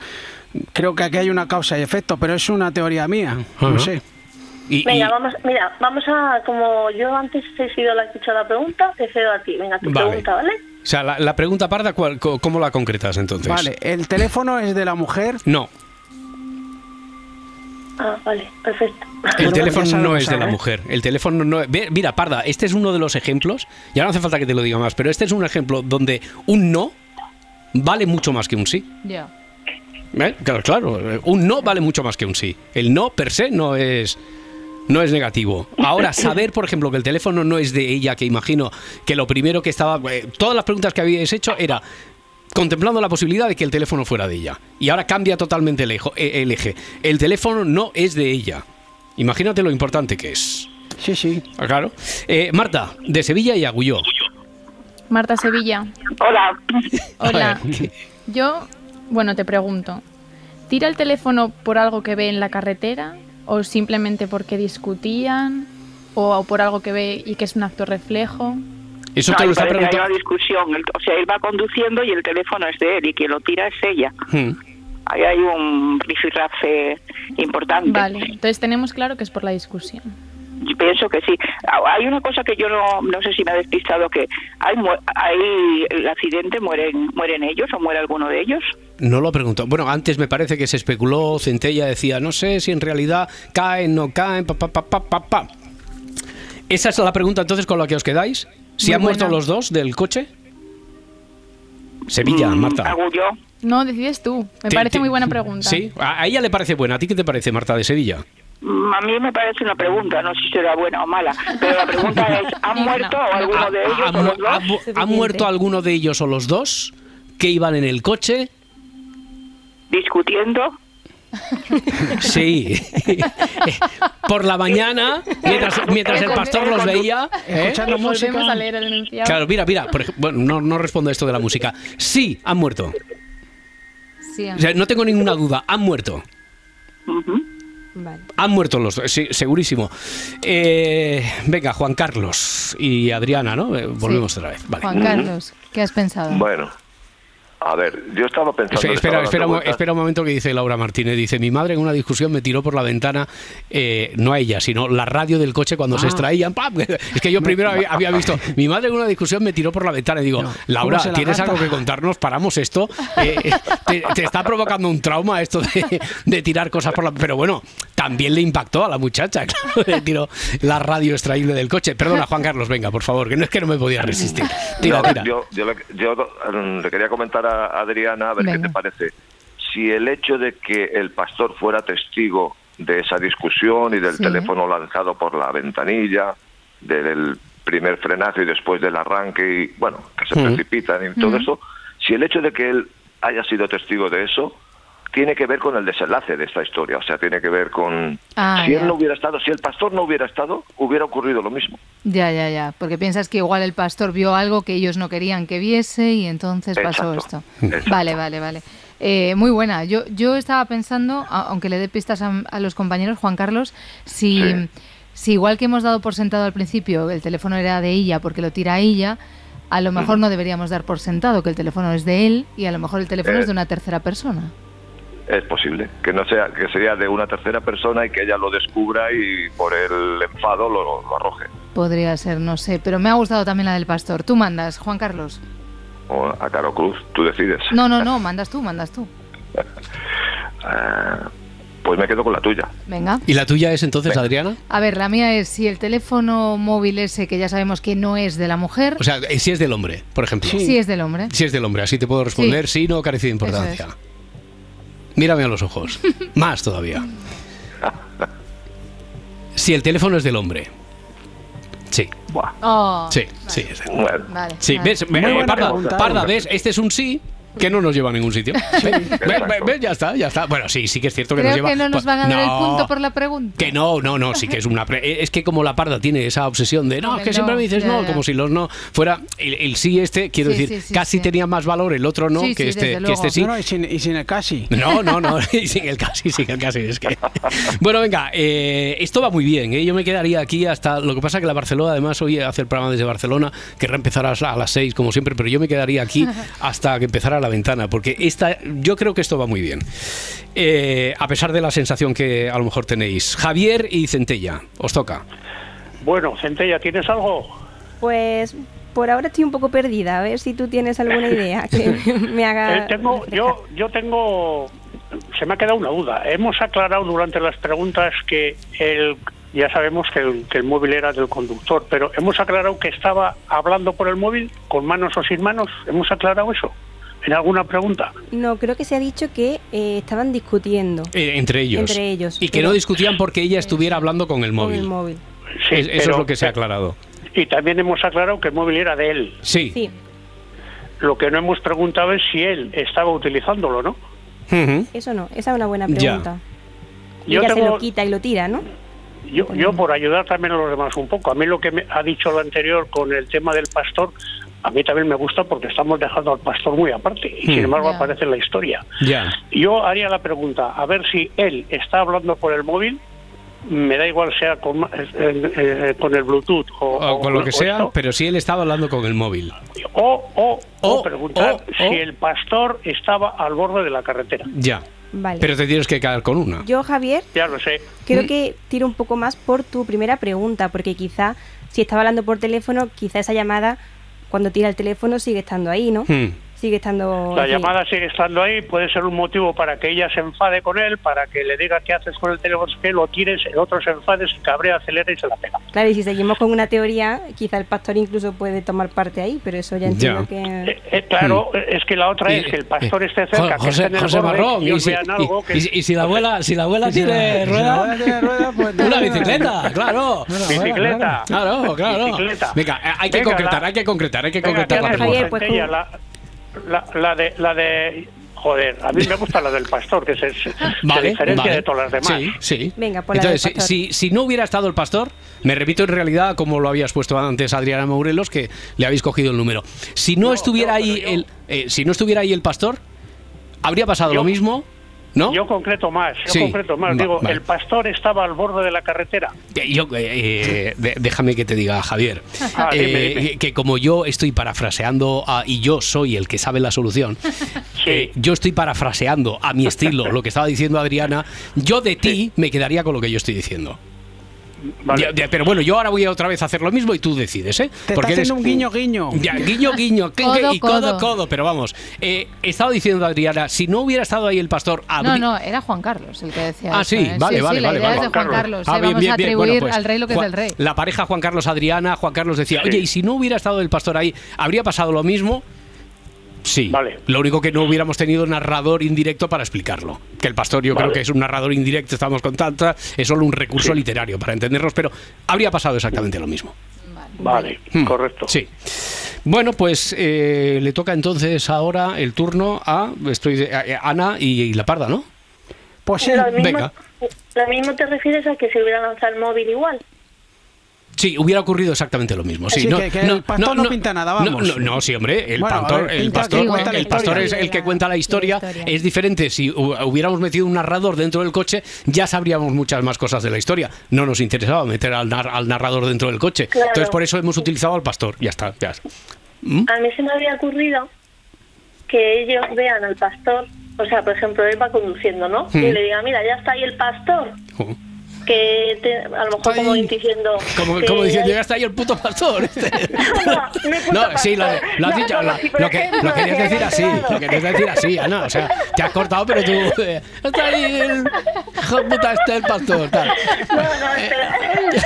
creo que aquí hay una causa y efecto, pero es una teoría mía, no
Ajá.
sé.
Venga, vamos, mira, vamos a, como yo antes he sido la que he hecho la pregunta, te cedo a ti. Venga, tu
Vale.
pregunta, ¿vale?
O sea, la, la pregunta parda, ¿cuál- co- ¿cómo la concretas entonces?
Vale, el teléfono es de la mujer.
No,
Ah, vale, perfecto.
el teléfono
sabemos
no es de la
ahora, ¿eh?
mujer. El teléfono no. ve- Mira, parda, este es uno de los ejemplos. Ya no hace falta que te lo diga más, pero este es un ejemplo donde un no vale mucho más que un sí.
Ya.
¿Eh? Claro, claro. eh, Un no vale mucho más que un sí. El no per se no es no es negativo. Ahora, saber, por ejemplo, que el teléfono no es de ella, que imagino que lo primero que estaba. eh, todas las preguntas que habíais hecho era contemplando la posibilidad de que el teléfono fuera de ella. Y ahora cambia totalmente el, ejo- eh, el eje. El teléfono no es de ella. Imagínate lo importante que es.
Sí, sí.
Claro. Eh, Marta, de Sevilla y Agulló.
Marta Sevilla.
Hola.
Hola.
A ver,
Yo, bueno, te pregunto, ¿tira el teléfono por algo que ve en la carretera o simplemente porque discutían o por algo que ve y que es un acto reflejo?
Eso
No,
te lo
ahí
está
parece que hay
preguntando.
una discusión. El- O sea, él va conduciendo y el teléfono es de él y quien lo tira es ella.
Hmm.
Ahí hay un rifirrafe importante.
Vale, entonces tenemos claro que es por la discusión.
Yo pienso que sí. Ah, Hay una cosa que yo no, no sé si me ha despistado, que hay, mu- hay el accidente, mueren, mueren ellos o muere alguno de ellos.
No lo pregunto. Bueno, antes me parece que se especuló, Centella decía, no sé si en realidad caen, no caen, pa, pa, pa, pa, pa, pa. Esa es la pregunta entonces con la que os quedáis. ¿Si
Muy
han muerto
buena.
los dos del coche? Sevilla,
Mm,
Marta.
Agullo.
No, decides tú. Me
Te-
parece
te-
muy buena pregunta.
Sí, a a ella le parece buena. ¿A ti qué te parece, Marta, de Sevilla?
Mm, A mí me parece una pregunta, no sé si será buena o mala, pero la pregunta es, ¿han muerto o alguno de ellos
¿Ha,
o
mu-
los dos?
ha mu- ha muerto alguno de ellos o los dos? ¿Que iban en el coche?
Discutiendo.
Sí. Por la mañana, mientras, mientras Eh, el pastor los veía. ¿eh?
Escuchando música.
Volvemos a leer el enunciado.
Claro, mira, mira, por ej- bueno, no, no respondo a esto de la música. Sí, han muerto.
Sí,
O sea, no tengo ninguna duda, han muerto.
Vale.
Han muerto los dos, sí, segurísimo. Eh, venga, Juan Carlos y Adriana, ¿no? Eh, volvemos otra vez. Vale.
Juan Carlos, ¿qué has pensado?
Bueno, a ver, yo estaba pensando.
Espera,
le estaba
espera,
dando
espera un,
vueltas.
espera un momento que dice Laura Martínez. Dice, mi madre en una discusión me tiró por la ventana, eh, no a ella, sino la radio del coche cuando se
Ah.
extraían. ¡pam! Es que yo primero había, había visto, mi madre en una discusión me tiró por la ventana y digo, Laura,
se la
¿tienes
gasta?
algo que contarnos? Paramos esto. Eh, eh, te, te está provocando un trauma esto de, de tirar cosas por la... Pero bueno, también le impactó a la muchacha, claro, le tiró la radio extraíble del coche. Perdona, Juan Carlos, venga, por favor, que no es que no me podía resistir. Tira,
No,
tira.
Yo, yo le, yo, mm, le quería comentar a Adriana, a ver
Venga.
qué te parece. Si el hecho de que el pastor fuera testigo de esa discusión y del
Sí.
teléfono lanzado por la ventanilla, del primer frenazo y después del arranque, y bueno, que se
Mm.
precipitan y todo eso, si el hecho de que él haya sido testigo de eso, tiene que ver con el desenlace de esta historia, o sea, tiene que ver con...
Ah,
si
ya.
él no hubiera estado, si el pastor no hubiera estado, hubiera ocurrido lo mismo.
Ya, ya, ya. Porque piensas que igual el pastor vio algo que ellos no querían que viese y entonces pasó
Exacto,
esto.
exacto.
Vale, vale, vale. Eh, muy buena. Yo, yo estaba pensando, a- aunque le dé pistas a, a los compañeros, Juan Carlos, si,
Sí.
si igual que hemos dado por sentado al principio, el teléfono era de ella porque lo tira ella, a lo mejor no deberíamos dar por sentado que el teléfono es de él y a lo mejor el teléfono
Eh.
es de una tercera persona.
Es posible que no sea que sería de una tercera persona y que ella lo descubra y por el enfado lo, lo arroje.
Podría ser, no sé. Pero me ha gustado también la del pastor. Tú mandas, Juan Carlos.
O a Caro Cruz, tú decides.
No, no, no, mandas tú, mandas tú.
Ah, pues me quedo con la tuya.
Venga.
¿Y la tuya es entonces, Adriana?
A ver, la mía es si el teléfono móvil ese que ya sabemos que no es de la mujer,
O sea, eh, si es del hombre, por ejemplo.
sí, es del hombre.
Si es del hombre, así te puedo responder sí, no, carece de importancia. Mírame a los ojos. Más todavía. Si el teléfono es del hombre. Sí.
Oh,
Sí, sí. es del-
Vale,
Sí,
vale.
ves,
Muy
eh,
buena
parda,
pregunta.
parda, ves, este es un sí que no nos lleva a ningún sitio. Ve, ve, ve, ve, ya está, ya está. Bueno, sí, sí que es cierto que
Creo
nos lleva.
que no nos van a dar
No,
el punto por la pregunta.
Que no, no, no, sí que es una. pre- eh, Es que como la parda tiene esa obsesión de no,
Hombre,
es que
no,
siempre me dices
ya,
no,
ya.
como si los no fuera. El, el sí, este, quiero
Sí,
decir,
sí, sí,
casi tenía más valor el otro no
Sí,
que,
sí,
este,
desde
que este
luego.
sí.
No, no, y, sin, y sin el casi.
No, no, no, y sin el casi, sin el casi, es que... Bueno, venga, eh, esto va muy bien, ¿eh? yo me quedaría aquí hasta... Lo que pasa que la Barcelona, además, hoy hace el programa desde Barcelona, querrá empezar a, a las 6, como siempre, pero yo me quedaría aquí hasta que empezara la ventana, porque esta, yo creo que esto va muy bien. Eh, a pesar de la sensación que a lo mejor tenéis. Javier y Centella, os toca.
Bueno, Centella, ¿tienes algo?
Pues por ahora estoy un poco perdida, a ver si tú tienes alguna idea que me
Eh,
haga...
tengo, yo, yo tengo, se me ha quedado una duda. Hemos aclarado durante las preguntas que el, ya sabemos que el, que el móvil era del conductor, pero hemos aclarado que estaba hablando por el móvil, con manos o sin manos. Hemos aclarado eso en alguna pregunta.
No, creo que se ha dicho que eh, estaban discutiendo
Eh, entre ellos.
Entre ellos,
Y que
pero-
no discutían porque ella estuviera hablando con el
con
móvil.
el móvil.
Sí,
Es- eso
pero-
es lo que se ha aclarado.
Y también hemos aclarado que el móvil era de él.
Sí.
Sí,
Lo que no hemos preguntado es si él estaba utilizándolo, ¿no?
eso no, esa es una buena
Ya.
pregunta. Y
Yo
ella se
tengo-
lo quita y lo tira, ¿no?
Yo, yo por ayudar también a los demás un poco. A mí lo que me ha dicho lo anterior con el tema del pastor, a mí también me gusta porque estamos dejando al pastor muy aparte y sin
Hmm.
embargo
Ya.
aparece en la historia.
Ya.
Yo haría la pregunta, a ver si él está hablando por el móvil, me da igual sea con, ma- eh, eh, eh, con el Bluetooth o,
O Ah, con lo que
o
sea,
esto,
pero si él estaba hablando con el móvil.
o, o- o preguntar
o-
si el pastor estaba al borde de la carretera.
Ya.
Vale.
Pero te tienes que quedar con una.
Yo, Javier,
Ya lo sé.
creo que tiro un poco más por tu primera pregunta, porque quizá si estaba hablando por teléfono, quizá esa llamada, cuando tira el teléfono, sigue estando ahí, ¿no? Sigue estando...
La
en fin.
llamada sigue estando ahí, puede ser un motivo para que ella se enfade con él, para que le diga qué haces con el teléfono, que lo tires, el otro se enfade, se cabrea, acelera y se la pega.
Claro, y si seguimos con una teoría, quizá el pastor incluso puede tomar parte ahí, pero eso ya entiendo
Ya.
que...
Eh, claro, es que la otra es que el pastor esté cerca, que esté
José,
en el
José
borde,
Marrón,
y
y
ellos
si,
vean algo
y-
que...
y si- y si la abuela, si la abuela tiene rueda, pues una bicicleta, claro.
Bicicleta.
Claro, claro.
Bicicleta.
Venga, eh, hay que
Venga,
concretar,
la-
hay que concretar, hay que
Venga,
concretar la
¿qué haces,
pregunta.
Centella? la, la- la de... La de Joder, a mí me gusta la del pastor, que se, se- se diferencia de todas las demás.
Sí, sí.
Venga, por la
Entonces,
del
si,
pastor.
si, si no hubiera estado el pastor, me repito en realidad como lo habías puesto antes Adriana Maurelos, que le habéis cogido el número. Si no, estuviera ahí el, eh, si no estuviera ahí el pastor, habría pasado lo mismo, ¿no?
Yo concreto más, yo
Sí,
concreto más.
va-
Digo,
vale.
el pastor estaba al borde de la carretera.
Eh, Yo, eh, eh, de- déjame que te diga, Javier,
Ah, dime,
eh,
dime.
que- que como yo estoy parafraseando a- y yo soy el que sabe la solución, eh, yo estoy parafraseando a mi estilo lo que estaba diciendo Adriana, yo de ti me quedaría con lo que yo estoy diciendo. Ya- ya, pero bueno, yo ahora voy a otra vez a hacer lo mismo y tú decides, ¿eh?
Te está haciendo un guiño, guiño.
Ya, guiño, guiño, que- que- y
Codo,
codo,
codo.
codo, pero vamos. eh, estaba diciendo Adriana, si no hubiera estado ahí el pastor,
No,
habría-
no, era Juan Carlos el que decía.
Ah,
eso,
sí,
¿eh?
vale, vale,
sí, la
vale.
idea
vale.
es de Juan Carlos.
Ah,
le
bien,
vamos
bien,
a
bien.
atribuir
Bueno, pues,
al rey lo que
Juan-
es del rey.
La pareja Juan Carlos Adriana, Juan Carlos decía, oye, y si no hubiera estado el pastor ahí, ¿habría pasado lo mismo? Sí. Lo único que no hubiéramos tenido narrador indirecto para explicarlo. Que el pastor yo creo que es un narrador indirecto, estamos con tanta, es solo un recurso literario para entendernos, pero habría pasado exactamente lo mismo. Hmm,
Vale, correcto.
Sí. Bueno, pues eh, le toca entonces ahora el turno a, estoy, a- a Ana y, y la parda, ¿no?
Pues
lo mismo,
Venga.
lo mismo te refieres a que se hubiera lanzado el móvil igual.
Sí, hubiera ocurrido exactamente lo mismo. Sí,
Así
no,
Ah, que- que el pastor no pinta nada, vamos.
No, no, no, sí, hombre, el,
Bueno, a
pastor,
ver,
el,
pinta
pastor,
que cuenta la
el pastor
historia.
es el que cuenta la historia, Es diferente, si hu- hubiéramos metido un narrador dentro del coche, ya sabríamos muchas más cosas de la historia. No nos interesaba meter al, nar- al narrador dentro del coche.
Claro.
Entonces, por eso hemos utilizado al pastor. Ya está, ya está. ¿Mm?
A mí se me había ocurrido que ellos vean al pastor, o sea, por ejemplo, él va conduciendo, ¿no?
Mm.
Y le diga, mira, ya está ahí el pastor. que te- a lo mejor como diciendo...
Oh. Como,
que-
como diciendo, ya está ahí el puto pastor. este".
no,
No, sí, lo, lo has dicho. Lo, lo que, lo querías decir así. Lo querías decir así, Ana. O sea, te has cortado, pero tú. eh, está ahí el. hijo de puta, este el pastor. tal. Eh,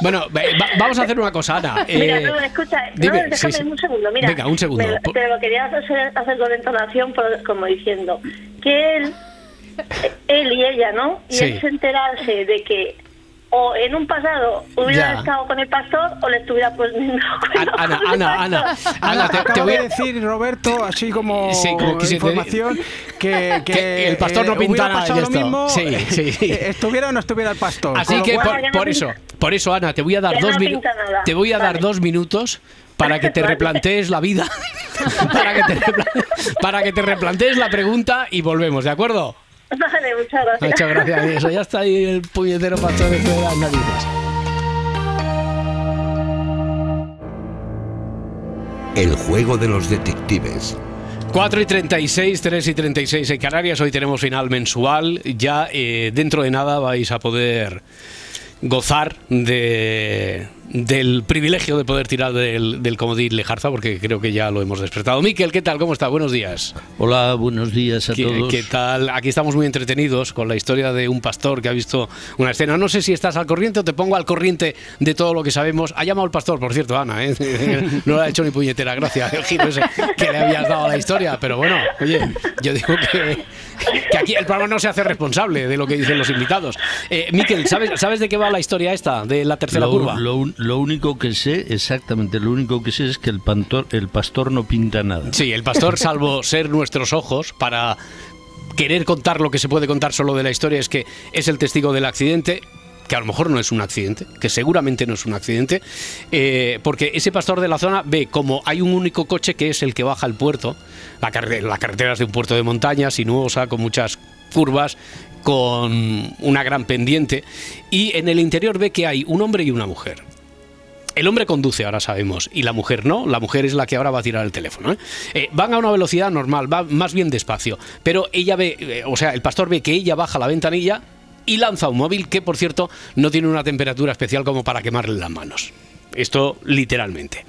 Bueno, ve- va- vamos a hacer una cosa, Ana.
Mira,
Eh,
no, escucha,
dime,
no, déjame
sí, sí.
un segundo, mira.
Venga, un segundo.
Me-
Por-
Te lo quería hacer, hacer con entonación, por- como diciendo que él, él y ella, ¿no? Y
Sí.
él se enterarse de que o en un pasado hubiera
Ya. Ah.
estado con el pastor o le estuviera poniendo cuernos
Ana,
con el
Ana, Ana,
pastor.
Ana, te-
acaba
te voy
de
a-
decir Roberto, así como,
Sí, como que se te-
información, que, que,
Que el pastor no
eh, hubiera
pinta nada
pasado
y ya
lo
está.
mismo,
Sí, sí.
eh, estuviera o no estuviera el pastor. Con
Así
lo
que
cual-
por, por eso, por eso Ana, te voy a dar
Que no
dos minutos.
pinta nada.
Te voy a dar dos minutos para que te replantees la vida, para que te repla- para que te replantees la pregunta y volvemos, ¿de acuerdo?
Vale, muchas gracias.
Muchas gracias. Eso ya está ahí el puñetero pastor de las narices.
El juego de los detectives.
4 y 36, 3 y 36 en Canarias. Hoy tenemos final mensual. Ya eh, dentro de nada vais a poder gozar de, del privilegio de poder tirar del, del comodín Lejarza, porque creo que ya lo hemos despertado. Miquel, ¿qué tal? ¿Cómo está? Buenos días.
Hola, buenos días a
¿Qué,
todos.
qué tal? Aquí estamos muy entretenidos con la historia de un pastor que ha visto una escena. No sé si estás al corriente o te pongo al corriente de todo lo que sabemos. Ha llamado el pastor, por cierto, Ana. ¿eh? No le ha hecho ni puñetera gracia el giro ese que le habías dado a la historia. Pero bueno, oye, yo digo que, que aquí el programa no se hace responsable de lo que dicen los invitados. Eh, Miquel, ¿sabes, ¿sabes de qué va la historia esta, de la tercera
Lo,
curva?
lo un- lo único que sé, exactamente, lo único que sé es que el, pantor- el pastor no pinta nada.
Sí, el pastor, salvo ser nuestros ojos para querer contar lo que se puede contar solo de la historia, es que es el testigo del accidente, que a lo mejor no es un accidente, que seguramente no es un accidente, eh, porque ese pastor de la zona ve como hay un único coche que es el que baja el puerto, la, carre- la carretera es de un puerto de montaña, sinuosa, con muchas curvas, con una gran pendiente, y en el interior ve que hay un hombre y una mujer. El hombre conduce, ahora sabemos, y la mujer no. La mujer es la que ahora va a tirar el teléfono. ¿eh? Eh, van a una velocidad normal, van más bien despacio. Pero ella ve, eh, o sea, el pastor ve que ella baja la ventanilla y lanza un móvil que, por cierto, no tiene una temperatura especial como para quemarle las manos. Esto literalmente.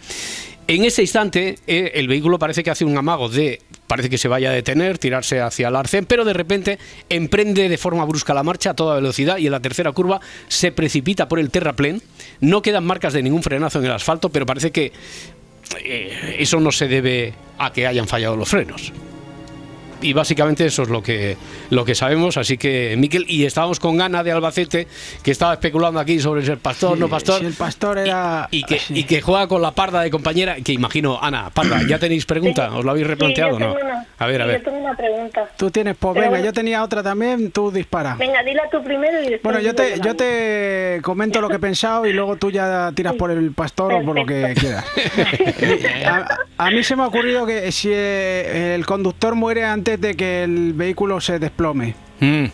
En ese instante, eh, el vehículo parece que hace un amago de. Parece que se vaya a detener, tirarse hacia el arcén, pero de repente emprende de forma brusca la marcha a toda velocidad y en la tercera curva se precipita por el terraplén. No quedan marcas de ningún frenazo en el asfalto, pero parece que eh, eso no se debe a que hayan fallado los frenos. Y básicamente eso es lo que, lo que sabemos, así que Miquel, y estábamos con Ana de Albacete, que estaba especulando aquí sobre ser pastor,
Sí,
no pastor.
si el pastor era...
Y que, y que juega con la parda de compañera, que imagino, Ana, parda, ya tenéis pregunta, os lo habéis replanteado,
Sí, yo
¿no?
tengo una.
A ver, a
Sí,
ver.
Yo tengo una pregunta.
Tú tienes, pues
Pero
venga,
bueno.
yo tenía otra también, tú
Ah.
dispara.
Venga, dila tú primero y después
Bueno, yo
digo
te, yo te comento lo que he pensado y luego tú ya tiras por el pastor o por lo que quieras. A, a mí se me ha ocurrido que si eh, el conductor muere antes de que el vehículo se desplome.
Mm.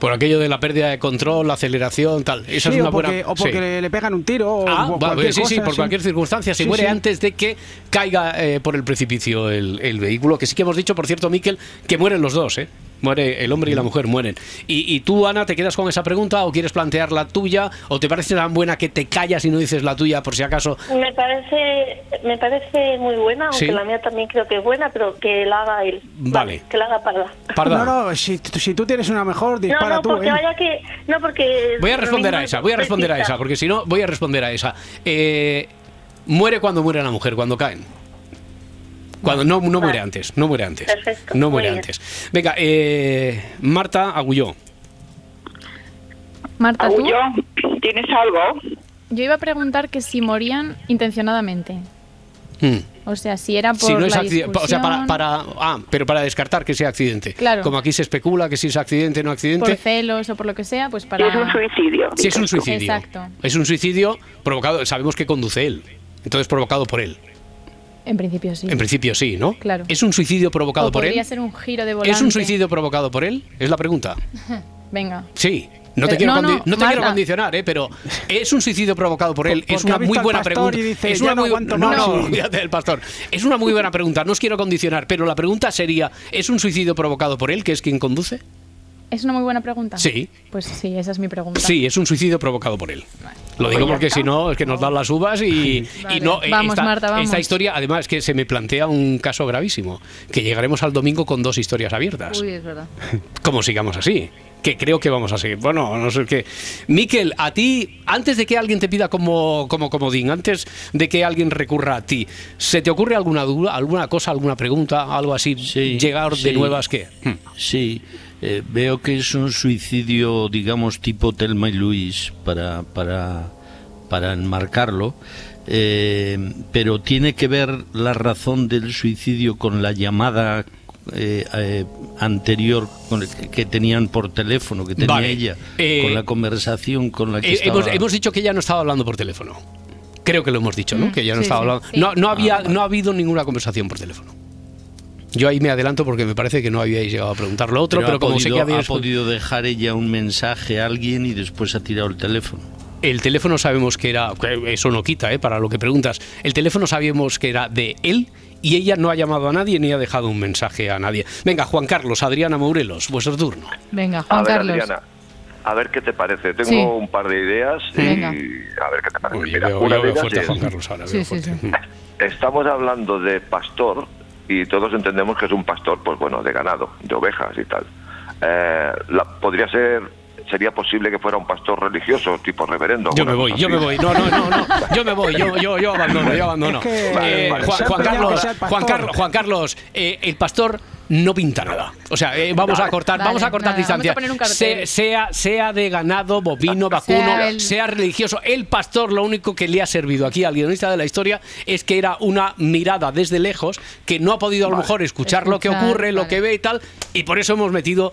Por aquello de la pérdida de control, la aceleración, tal. Esa
Sí,
es una
o porque,
buena.
o porque
sí.
le, le pegan un tiro o
Ah,
o
va,
cualquier
sí, sí,
cosa,
por
sí.
cualquier circunstancia. Se
Sí,
muere
sí.
antes de que caiga eh, por el precipicio el, el vehículo. Que sí que hemos dicho, por cierto, Miquel, que mueren los dos, ¿eh? Muere el hombre
Mm.
y la mujer, mueren. Y, y tú, Ana, ¿te quedas con esa pregunta o quieres plantear la tuya? ¿O te parece tan buena que te callas y no dices la tuya por si acaso?
Me parece, me parece muy buena, aunque
Sí.
la mía también creo que es buena, pero que la haga él.
Vale.
Que la haga parda.
Parda.
No, no, si, si tú tienes una mejor, dispara
no, no,
tú.
porque
¿eh?
vaya que... No, porque...
Voy a responder a esa, voy a responder a esa, porque si no, voy a responder a esa. Eh, muere cuando muere la mujer, cuando caen. Cuando, no, no muere antes, no muere antes.
Perfecto,
No
muy
muere
bien.
antes. Venga, eh, Marta Agulló.
Marta, ¿tú?
Agulló, Ah, ¿tienes algo?
Yo iba a preguntar que si morían intencionadamente.
Mm.
O sea, si era por
Si no es
la
accidente,
discusión,
o sea, para, para- ah, pero para descartar que sea accidente.
Claro.
Como aquí se especula que si es accidente, no
por
accidente.
celos o por lo que sea, pues para...
Es un
suicidio.
Si es un suicidio.
Exacto,
Es un suicidio provocado, sabemos que conduce él. Entonces provocado por él.
en principio sí.
En principio sí, ¿no?
Claro.
¿Es un suicidio provocado
o
por él?
podría ser un giro de volante.
¿Es un suicidio provocado por él? Es la pregunta.
Venga.
Sí. No
Eh,
te,
Pero-
quiero,
no,
condi-
no,
no te quiero
Marta.
condicionar, ¿eh? pero es un suicidio provocado por él.
Por-
Es
porque ha
una
visto
muy
al
buena
pastor
pregunta.
y dice,
es
"Ya
una
no
muy...
aguanto
no,
más".
no,
Sí.
olvídate del pastor. Es una muy buena pregunta. No os quiero condicionar, pero la pregunta sería: ¿es un suicidio provocado por él, que es quien conduce?
Es una muy buena
Ah,
pregunta.
Sí.
Pues sí, esa es mi pregunta.
Sí, es un suicidio provocado por él. Lo
Pues
digo porque si no, es que nos dan las uvas y,
Vale.
y no. eh,
Vamos,
esta,
Marta, vamos.
esta historia, además, es que se me plantea un caso gravísimo: que llegaremos al domingo con dos historias abiertas.
Uy, es verdad.
como sigamos así. Que creo que vamos a seguir. Bueno, no sé qué. Miquel, a ti, antes de que alguien te pida como, como comodín, antes de que alguien recurra a ti, ¿se te ocurre alguna duda, alguna cosa, alguna pregunta, algo así? llegar de
sí.
nuevas que.
Sí, eh, veo que es un suicidio, digamos, tipo Telma y Luis, para, para, para enmarcarlo, eh, pero tiene que ver la razón del suicidio con la llamada eh, eh, anterior con el que, que tenían por teléfono, que tenía
Vale.
ella,
Eh,
con la conversación con la que
Eh,
estaba...
hemos, hemos dicho que ella no estaba hablando por teléfono. Creo que lo hemos dicho, ¿no?
Mm,
que ella no
sí,
estaba
sí,
hablando.
sí.
No, no,
Ah,
había,
vale.
no ha habido ninguna conversación por teléfono. Yo ahí me adelanto porque me parece que no habíais llegado a preguntar lo otro, pero,
ha
como sé
podido-
que habéis.
ha podido dejar ella un mensaje a alguien y después ha tirado el teléfono.
El teléfono sabemos que era, que eso no quita, ¿eh? para lo que preguntas. El teléfono sabíamos que era de él y ella no ha llamado a nadie ni ha dejado un mensaje a nadie. Venga, Juan Carlos, Adriana Mourelos, vuestro turno.
Venga, Juan
A ver,
Carlos.
Adriana.
A ver qué te parece. Tengo
Sí.
un par de ideas y
Venga.
a ver qué te parece. Mira,
veo-
una
yo
de
veo
ellas
fuerte a
es-
Juan Carlos ahora.
Sí, sí, sí.
Estamos hablando de pastor y todos entendemos que es un pastor, pues bueno, de ganado, de ovejas y tal. Eh, la- podría ser, sería posible que fuera un pastor religioso, tipo reverendo.
Yo
una
me voy,
cosa
yo
así.
me voy. No, no, no, no. Yo me voy, yo, yo, yo abandono, yo abandono.
Es que- Vale,
Eh,
vale.
Juan,
Se ha
Juan
peleado que
Carlos,
sea el pastor.
Juan Carlos, Juan Carlos, eh, el pastor no pinta nada. O sea, eh, vamos
Vale.
a cortar,
Vale,
vamos a cortar
nada.
distancia.
Vamos a poner un cartel.
Se- sea, sea de ganado, bovino, vacuno, sea,
Sea el-
religioso. El pastor lo único que le ha servido aquí al guionista de la historia es que era una mirada desde lejos que no ha podido a lo mejor escuchar, lo que
Escuchar,
ocurre, lo
vale.
que ve y tal, y por eso hemos metido.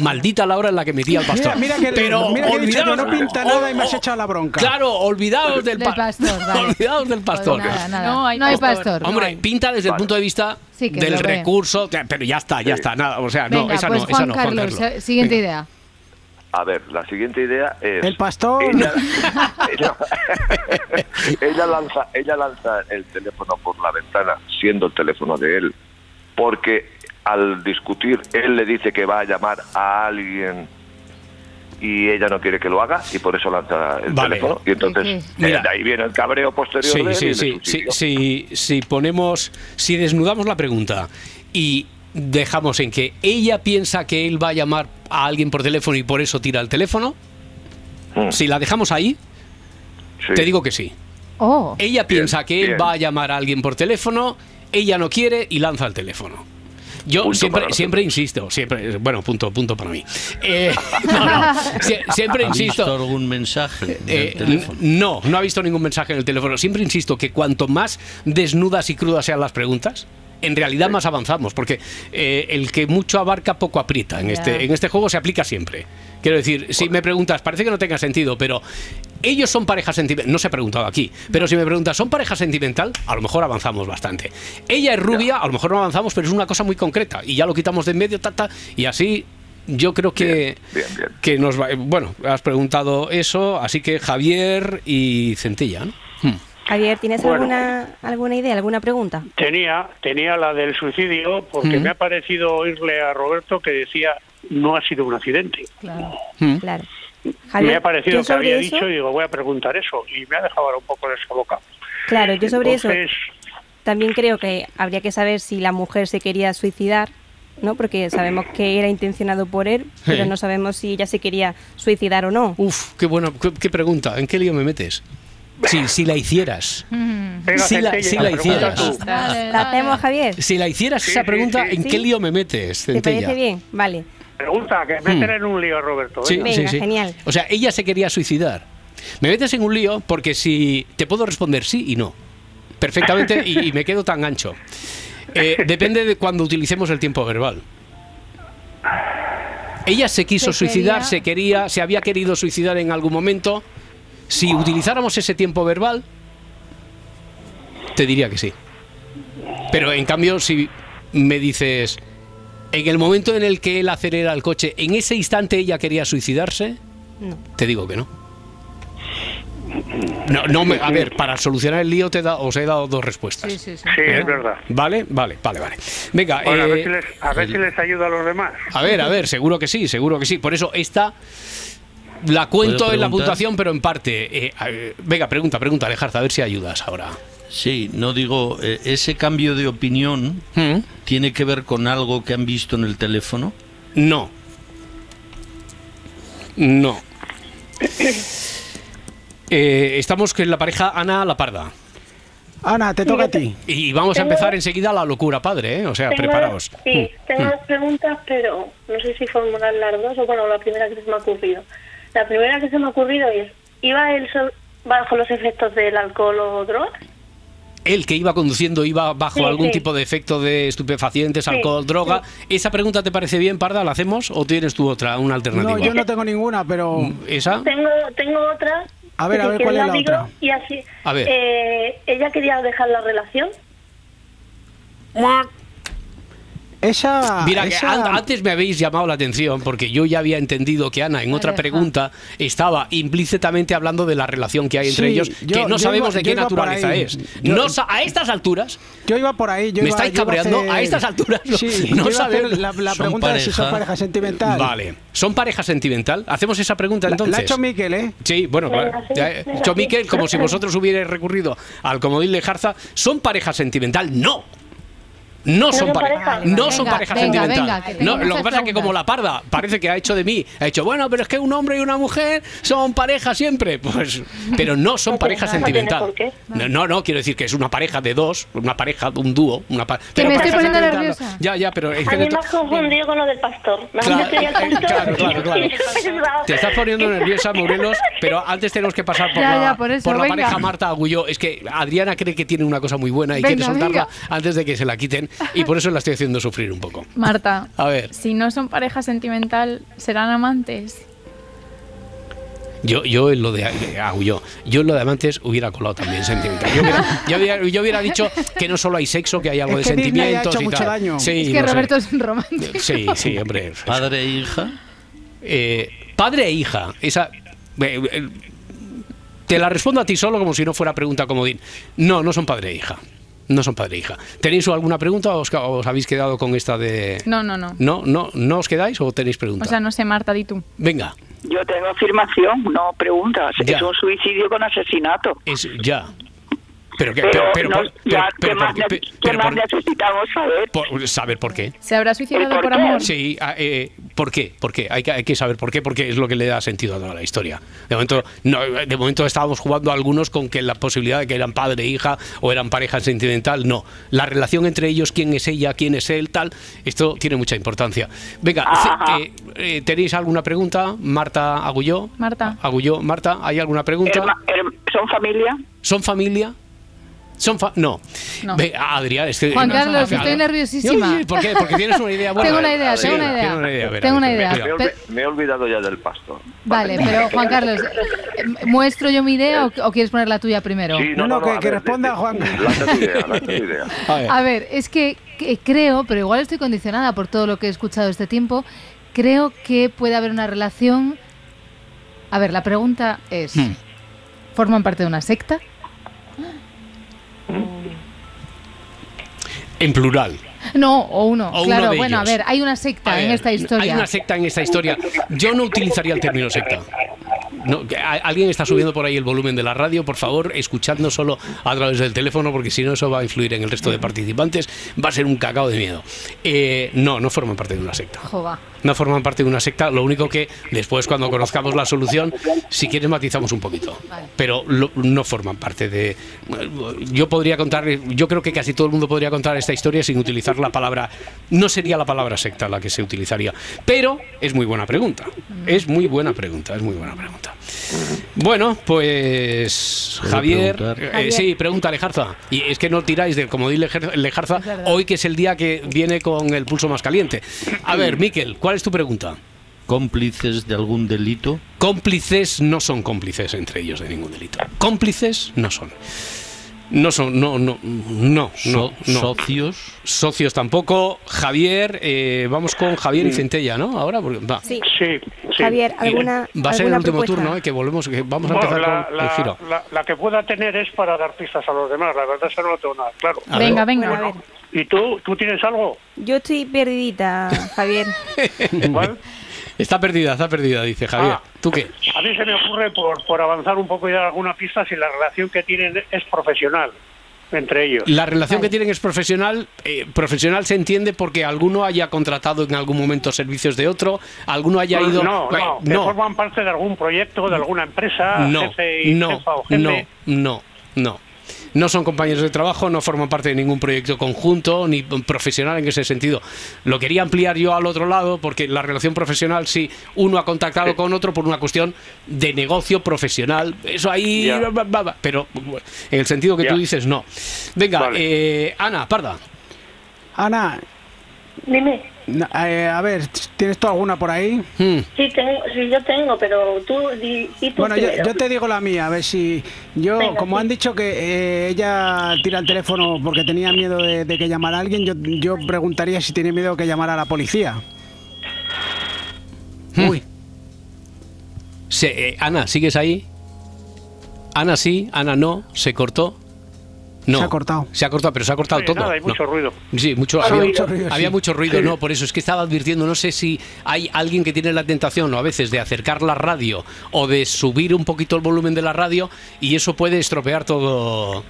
Maldita la hora en la que metí al pastor.
Mira, mira que,
Pero Oh,
mira que he dicho que
olvidaos-
no pinta nada y me has echado la bronca.
Claro, olvidaos del, pa- olvidaos del
Pues
pastor.
No hay No hay pastor. pastor, no
Hombre,
hay.
pinta desde el punto de vista
Sí, que
del
lo ve.
recurso, ya, pero ya está, ya está, nada, o sea, no,
Venga,
esa
pues
no,
Juan,
esa no,
Carlos,
Juan Carlos.
eh, siguiente idea.
A ver, la siguiente idea es...
El pastor.
Ella, ella- ella lanza, ella lanza el teléfono por la ventana, siendo el teléfono de él, porque al discutir él le dice que va a llamar a alguien y ella no quiere que lo haga y por eso lanza el
Vale.
teléfono y entonces
Ok. Mira.
eh, de ahí viene el cabreo posterior de él y
Sí, sí,
el
sí, sí,
suicidio.
sí, si ponemos, si desnudamos la pregunta y dejamos en que ella piensa que él va a llamar a alguien por teléfono y por eso tira el teléfono,
Hmm.
si la dejamos ahí, te digo que sí.
Oh.
Ella piensa que él
bien.
va a llamar a alguien por teléfono, ella no quiere y lanza el teléfono. Yo siempre, siempre insisto, siempre, eh, bueno, punto, punto para mí. Eh, no, no, sie- siempre
¿Ha visto
insisto.
algún mensaje en el
eh,
teléfono?
no, no ha visto ningún mensaje en el teléfono. Siempre insisto que cuanto más desnudas y crudas sean las preguntas, en realidad más avanzamos, porque eh, el que mucho abarca poco aprieta. En
Ya.
este, en este juego se aplica siempre. Quiero decir, si me preguntas, parece que no tenga sentido, pero ellos son pareja sentimental. No se ha preguntado aquí, pero si me preguntas, ¿son pareja sentimental? A lo mejor avanzamos bastante. Ella es rubia, a lo mejor no avanzamos, pero es una cosa muy concreta y ya lo quitamos de en medio, ta, ta, y así. Yo creo que, que nos va. Bueno, has preguntado eso, así que Javier y Centella, ¿no?
Javier, ¿tienes
Bueno.
alguna, alguna idea, alguna pregunta?
Tenía, tenía la del suicidio porque
Mm.
Ujú.
me ha parecido oírle a Roberto que decía no ha sido un accidente.
Claro. Hmm. Claro.
me
Javier,
ha parecido
¿tú
que había
sobre
dicho
eso?
y digo voy a preguntar eso y me ha dejado ahora un poco en esa boca.
Claro, yo sobre eso
Entonces-
también creo que habría que saber si la mujer se quería suicidar, ¿no? Porque sabemos que era intencionado por él, pero
Sí.
no sabemos si ella se quería suicidar o no.
Uf, qué buena, qué, qué pregunta. ¿En qué lío me metes? Si, si la hicieras. Si la, si la hicieras.
¿La hacemos, Javier?
Si la hicieras esa pregunta, ¿en
Sí.
qué lío me metes,
¿Te parece
Centella?
bien? Vale.
Pregunta, que
Hmm.
meter en un lío a Roberto. ¿eh?
Sí,
venga.
sí, sí. O sea, ella se quería suicidar. Me metes en un lío porque si te puedo responder sí y no. Perfectamente y, y me quedo tan ancho. Eh, depende de cuando utilicemos el tiempo verbal. Ella se quiso
Se quería-
suicidar, se quería, se había querido suicidar en algún momento. Si utilizáramos ese tiempo verbal, te diría que sí. Pero en cambio, si me dices, en el momento en el que él acelera el coche, en ese instante ella quería suicidarse,
No.
te digo que no. No, no me- a ver, para solucionar el lío te he da- os he dado dos respuestas.
Sí,
¿Eh?
sí, sí. Sí, es verdad.
Vale, vale, vale, vale. Venga,
Bueno, a
eh,
ver si les, a ver si les ayuda a los demás.
a ver, a ver, seguro que sí, seguro que sí. Por eso esta la cuento en la
preguntar?
puntuación, pero en parte. Eh, a- eh, venga, pregunta, pregunta, Alejarza, a ver si ayudas ahora.
Sí, no digo, eh, ese cambio de opinión
Hmm.
tiene que ver con algo que han visto en el teléfono.
No. No. Eh, estamos con la pareja Ana La Parda.
Ana, te toca a ti.
Y vamos a
Tengo-
empezar enseguida la locura, padre, ¿eh? O sea,
Tengo-
preparaos.
Sí,
Mm,
tengo
mm.
dos preguntas, pero no sé si formular las dos o, bueno, la primera que se me ha ocurrido. La primera que se me ha ocurrido es, ¿iba él so- bajo los efectos del alcohol o drogas?
El que iba conduciendo iba bajo
Sí,
algún
sí.
tipo de efecto de estupefacientes,
Sí,
alcohol, droga. ¿Esa pregunta te parece bien, Parda? ¿La hacemos o tienes tú otra, una alternativa?
No, yo no tengo ninguna, pero...
¿Esa?
Tengo, tengo otra.
A ver,
que
a
si
ver,
quieres
¿cuál es la
digo
otra?
Y así,
A ver.
eh, ¿Ella quería dejar la relación?
Esa...
Mira, que
Ah, esa-
an- antes me habéis llamado la atención porque yo ya había entendido que Ana en otra
Aleja.
pregunta estaba implícitamente hablando de la relación que hay entre
Sí,
ellos,
yo-
que
yo
no sabemos
iba-
de
yo
qué
iba por
naturaleza
ahí.
es.
Yo-
No sa- a estas alturas,
Yo iba por ahí. Yo
¿Me
iba-
estáis
yo iba
cabreando?
hacer-
A estas alturas no-
Sí,
no
yo iba a hacer
saber-
La, la
Son
pregunta es si son
pareja.
pareja sentimental.
vale. ¿Son pareja sentimental? ¿Hacemos esa pregunta
La,
entonces?
la ha hecho Miquel, ¿eh?
Sí, bueno,
Venga,
claro.
sí,
Ya he
venga,
dicho
sí.
Miquel, como si vosotros hubierais recurrido al comodín Lejarza, ¿son pareja sentimental. No. No
No
son
son
pareja,
pareja.
no son
Venga,
pareja
venga,
sentimental.
venga, que
no,
tenemos
lo que
las
pasa es que como la parda parece que ha hecho de mí, ha dicho, bueno, pero es que un hombre y una mujer son pareja siempre. Pues, pero no son
No
pareja
tiene- no tiene
sentimental.
por qué.
No, no, no, quiero decir que es una pareja de dos, una pareja, un dúo, una pa-
Que
pero
me estoy
pareja
poniendo
sentimental no.
nerviosa.
Ya, ya, pero es
A
que
mí
de
me
to-
has confundido con lo del pastor. Me has
Claro,
metido el pastor
claro, claro, claro.
y yo pensaba-
Te estás poniendo nerviosa, Morelos, pero antes tenemos que pasar por
Ya,
la,
ya, por eso,
la
venga.
pareja Marta Agulló. Es que Adriana cree que tiene una cosa muy buena y
Venga,
quiere soltarla
venga.
antes de que se la quiten y por eso la estoy haciendo sufrir un poco.
Marta,
A ver,
si no son pareja sentimental, ¿serán amantes?
yo, yo en lo de, de Agulló, yo en lo de amantes hubiera colado también sentimiento. Yo hubiera, yo hubiera- yo hubiera dicho que no solo hay sexo, que hay algo
Es
de
que Disney ha
sentimientos
hecho
y
mucho
tal.
daño.
Sí,
es que
no sé.
Roberto es un romántico.
Sí, sí, hombre.
¿Padre e hija?
padre e hija. Esa. eh, eh, te la respondo a ti solo como si no fuera pregunta comodín. No, no son padre e hija. No son padre e hija. ¿Tenéis alguna pregunta o os, ca- os habéis quedado con esta de.?
No, no, no.
No, no, no os quedáis o tenéis
O
preguntas.
sea, no sé, Marta, di tú.
Venga,
Yo tengo afirmación, no preguntas.
Ya.
Es un suicidio con asesinato.
es ya. Pero que,
Pero
pero, pero,
no,
por-
ya,
pero- pero
¿qué más
por qué-
ne-
pe-
qué
pero
más
por-
necesitamos saber?
por- saber por qué.
¿Se habrá suicidado por, amor?
Sí, ah, eh, ¿por qué? ¿Por qué? Hay que, hay que saber por qué, porque es lo que le da sentido a toda la historia. De momento, no, de momento estábamos jugando algunos con que la posibilidad de que eran padre e hija o eran pareja sentimental, no. La relación entre ellos, quién es ella, quién es él, tal, esto tiene mucha importancia. Venga, ce- eh, eh, ¿tenéis alguna pregunta? Marta Agulló.
Marta.
Agulló, Marta, ¿hay alguna pregunta?
¿Son familia?
¿Son familia? ¿Son fa- no.
No.
Ve, ah, Adrián, es que-
Juan
no,
Carlos,
Adrián.
estoy nerviosísima.
Uy, ¿Por qué? Porque tienes una idea buena.
Tengo una idea,
Sí,
tengo una
tienes
idea.
una idea, a ver,
Tengo
a
una
ver,
idea.
espera.
Pe-
Me he olvidado ya del pastor.
Vale, pero Juan Carlos, eh, ¿muestro yo mi idea o, o quieres poner la tuya primero?
a ver, di- di- Lanza tu idea, lanza tu idea.
A ver, es que, que creo, pero igual estoy condicionada por todo lo que he escuchado este tiempo, creo que puede haber una relación... A ver, la pregunta es,
Hmm.
¿forman parte de una secta?
En plural.
No, o uno.
O uno
claro,
de
bueno, a
ellos.
ver, hay una secta
A
en
ver,
esta historia.
Hay una secta en esta historia. Yo no utilizaría el término secta. No, que a- alguien está subiendo por ahí el volumen de la radio, por favor, escuchadnos solo a través del teléfono, porque si no, eso va a influir en el resto de participantes. Va a ser un cacao de miedo. Eh, no, no forman parte de una secta.
Jova.
No forman parte de una secta. Lo único que después, cuando conozcamos la solución, si quieres, matizamos un poquito. Pero lo- no forman parte de. Yo podría contar, yo creo que casi todo el mundo podría contar esta historia sin utilizar la palabra. No sería la palabra secta la que se utilizaría. Pero es muy buena pregunta. Es muy buena pregunta, es muy buena pregunta. Bueno, pues.
¿Puedo
Javier.
preguntar?
eh,
Javier.
sí, pregunta Lejarza. Y es que no tiráis del comodín Lejer- Lejarza hoy, que es el día que viene con el pulso más caliente. A ver, Miquel, ¿cuál es tu pregunta?
¿Cómplices de algún delito?
Cómplices no son cómplices entre ellos de ningún delito. Cómplices no son. No son, no, no, no,
So-
no, no.
Socios.
Socios tampoco. Javier, eh, vamos con Javier y Centella, ¿no? Ahora, porque va.
Sí.
Mm. Sí,
Javier, ¿alguna,
Va a ser el
alguna
último
propuesta?
turno, eh, que volvemos, que vamos a
Bueno,
empezar
la,
con
la-
el giro.
la- la que pueda tener es para dar pistas a los demás, la verdad eso no lo tengo nada claro.
A ver. Venga,
venga.
Bueno, ¿Y tú? ¿Tú tienes algo?
Yo estoy perdidita, Javier.
Está perdida, está perdida, dice Javier.
Ah.
¿Tú qué?
A mí se me ocurre, por, por avanzar un poco y dar alguna pista, si la relación que tienen es profesional entre ellos.
La relación que tienen es profesional. eh, profesional se entiende porque alguno haya contratado en algún momento servicios de otro, alguno haya ido.
No,
Eh,
no, que forman parte de algún proyecto, de alguna empresa,
no,
jefe y
no,
jefa o jefe.
no, no, no. No son compañeros de trabajo, no forman parte de ningún proyecto conjunto ni profesional en ese sentido. Lo quería ampliar yo al otro lado porque la relación profesional, si uno ha contactado con otro por una cuestión de negocio profesional, eso ahí.
Ya.
ba, ba, ba, Pero bueno, en el sentido que tú dices, no. Venga, eh, Ana, parda.
Ana. eh,
Dime.
a ver, ¿tienes tú alguna por ahí?
Hmm.
Sí, tengo, sí, yo tengo, pero tú, di, di tú
Bueno, yo,
primero.
yo te digo la mía, a ver si. Yo,
Venga,
como
sí.
han dicho que eh, ella tira el teléfono porque tenía miedo de, de que llamara a alguien, yo, yo preguntaría si tiene miedo que llamara a la policía. Uy.
Se- eh, Ana, ¿sigues ahí? Ana sí, Ana no, se cortó. No.
Se ha cortado.
Se ha cortado, pero se ha cortado
Sí,
todo.
nada, hay
No.
mucho ruido.
Sí, mucho,
Ah,
había,
mucho ruido,
había
sí.
mucho ruido,
Sí.
no, por eso es que estaba advirtiendo, no sé si hay alguien que tiene la tentación o a veces de acercar la radio o de subir un poquito el volumen de la radio y eso puede estropear todo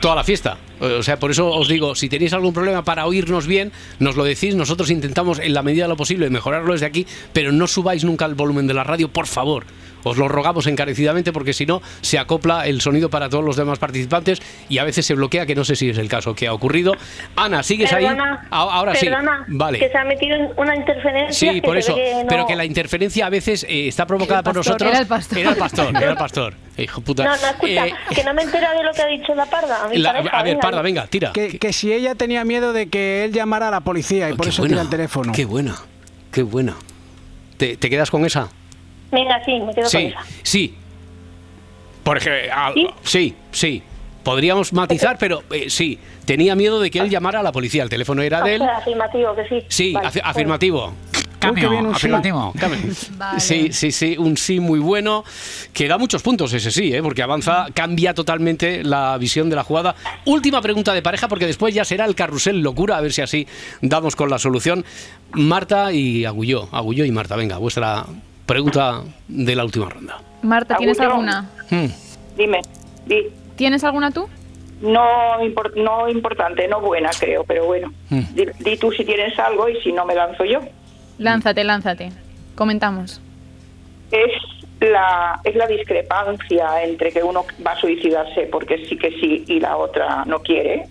toda la fiesta. O sea, por eso os digo, si tenéis algún problema para oírnos bien, nos lo decís, nosotros intentamos en la medida de lo posible mejorarlo desde aquí, pero no subáis nunca el volumen de la radio, por favor. Os lo rogamos encarecidamente porque si no se acopla el sonido para todos los demás participantes y a veces se bloquea, que no sé si es el caso que ha ocurrido. Ana, ¿sigues ahí?
Perdona,
Ah, Ahora
perdona,
sí. Vale.
Que se ha metido en una interferencia.
Sí, por
se
eso.
ve no-
Pero que la interferencia a veces eh, está provocada por
pastor.
nosotros.
Era el pastor.
Era el pastor. era el pastor. Hijo puta.
No, no, escucha,
Eh,
que no me he enterado de lo que ha dicho la parda. A, mi
la-
pareja,
a ver,
venga.
Parda, venga, tira.
Que, que si ella tenía miedo de que él llamara a la policía y por eso tira el teléfono.
Ah, Qué buena, qué buena. ¿Te, te quedas con esa?
Venga, sí, me quedo
Sí,
con esa.
sí. Por ejemplo, al- sí, sí. Podríamos matizar, pero eh, sí. Tenía miedo de que él llamara a la policía. El teléfono era de él.
Ah, afirmativo, que sí.
Sí,
Vale,
afi-
bueno.
afirmativo.
qué bien, un sí.
Cambio. Sí, sí, sí, un sí muy bueno que da muchos puntos ese sí, ¿eh? porque avanza, cambia totalmente la visión de la jugada. Última pregunta de pareja porque después ya será el carrusel locura, a ver si así damos con la solución. Marta y Agulló, Agulló y Marta, venga, vuestra pregunta de la última ronda.
Marta, ¿tienes
Agullón.
alguna?
Hmm.
Dime, di-
¿Tienes alguna tú?
no, impor- no importante, no buena creo, pero bueno. Di, di tú si tienes algo y si no me lanzo yo.
Lánzate, lánzate. Comentamos.
Es la, es la discrepancia entre que uno va a suicidarse porque sí que sí y la otra no quiere.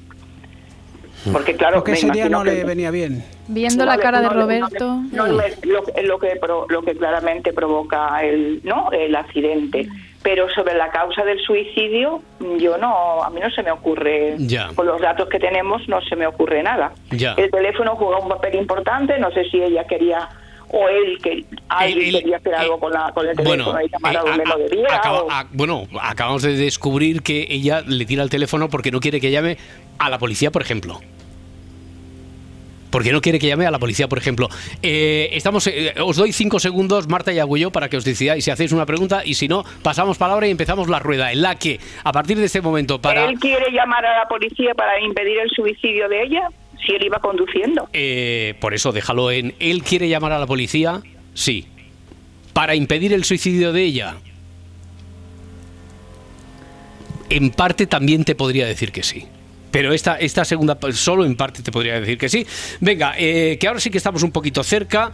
Porque claro,
Porque
me
ese día
imagino
no
que-
le venía bien.
Viendo
No
la
le-
cara de
no le- no le-
Roberto.
no le- lo, lo que pro- lo que claramente provoca el no el accidente, pero sobre la causa del suicidio yo no a mí no se me ocurre
Ya.
con los datos que tenemos no se me ocurre nada.
Ya.
El teléfono juega un papel importante, no sé si ella quería o él que alguien quería hacer algo con, la, con el teléfono
bueno,
y llamar
eh,
a donde
a-
lo debía.
acaba-
o-
a- bueno, acabamos de descubrir que ella le tira el teléfono porque no quiere que llame a la policía, por ejemplo. Porque no quiere que llame a la policía, por ejemplo. Eh, estamos, eh, os doy cinco segundos, Marta y Agullo, para que os decidáis si hacéis una pregunta y si no, pasamos palabra y empezamos la rueda. En la que, a partir de este momento, para.
¿Él quiere llamar a la policía para impedir el suicidio de ella? Si él iba conduciendo.
Eh, por eso, déjalo en. Él quiere llamar a la policía, sí. Para impedir el suicidio de ella. En parte también te podría decir que sí. Pero esta, esta segunda, pa- solo en parte te podría decir que sí. Venga, eh, que ahora sí que estamos un poquito cerca.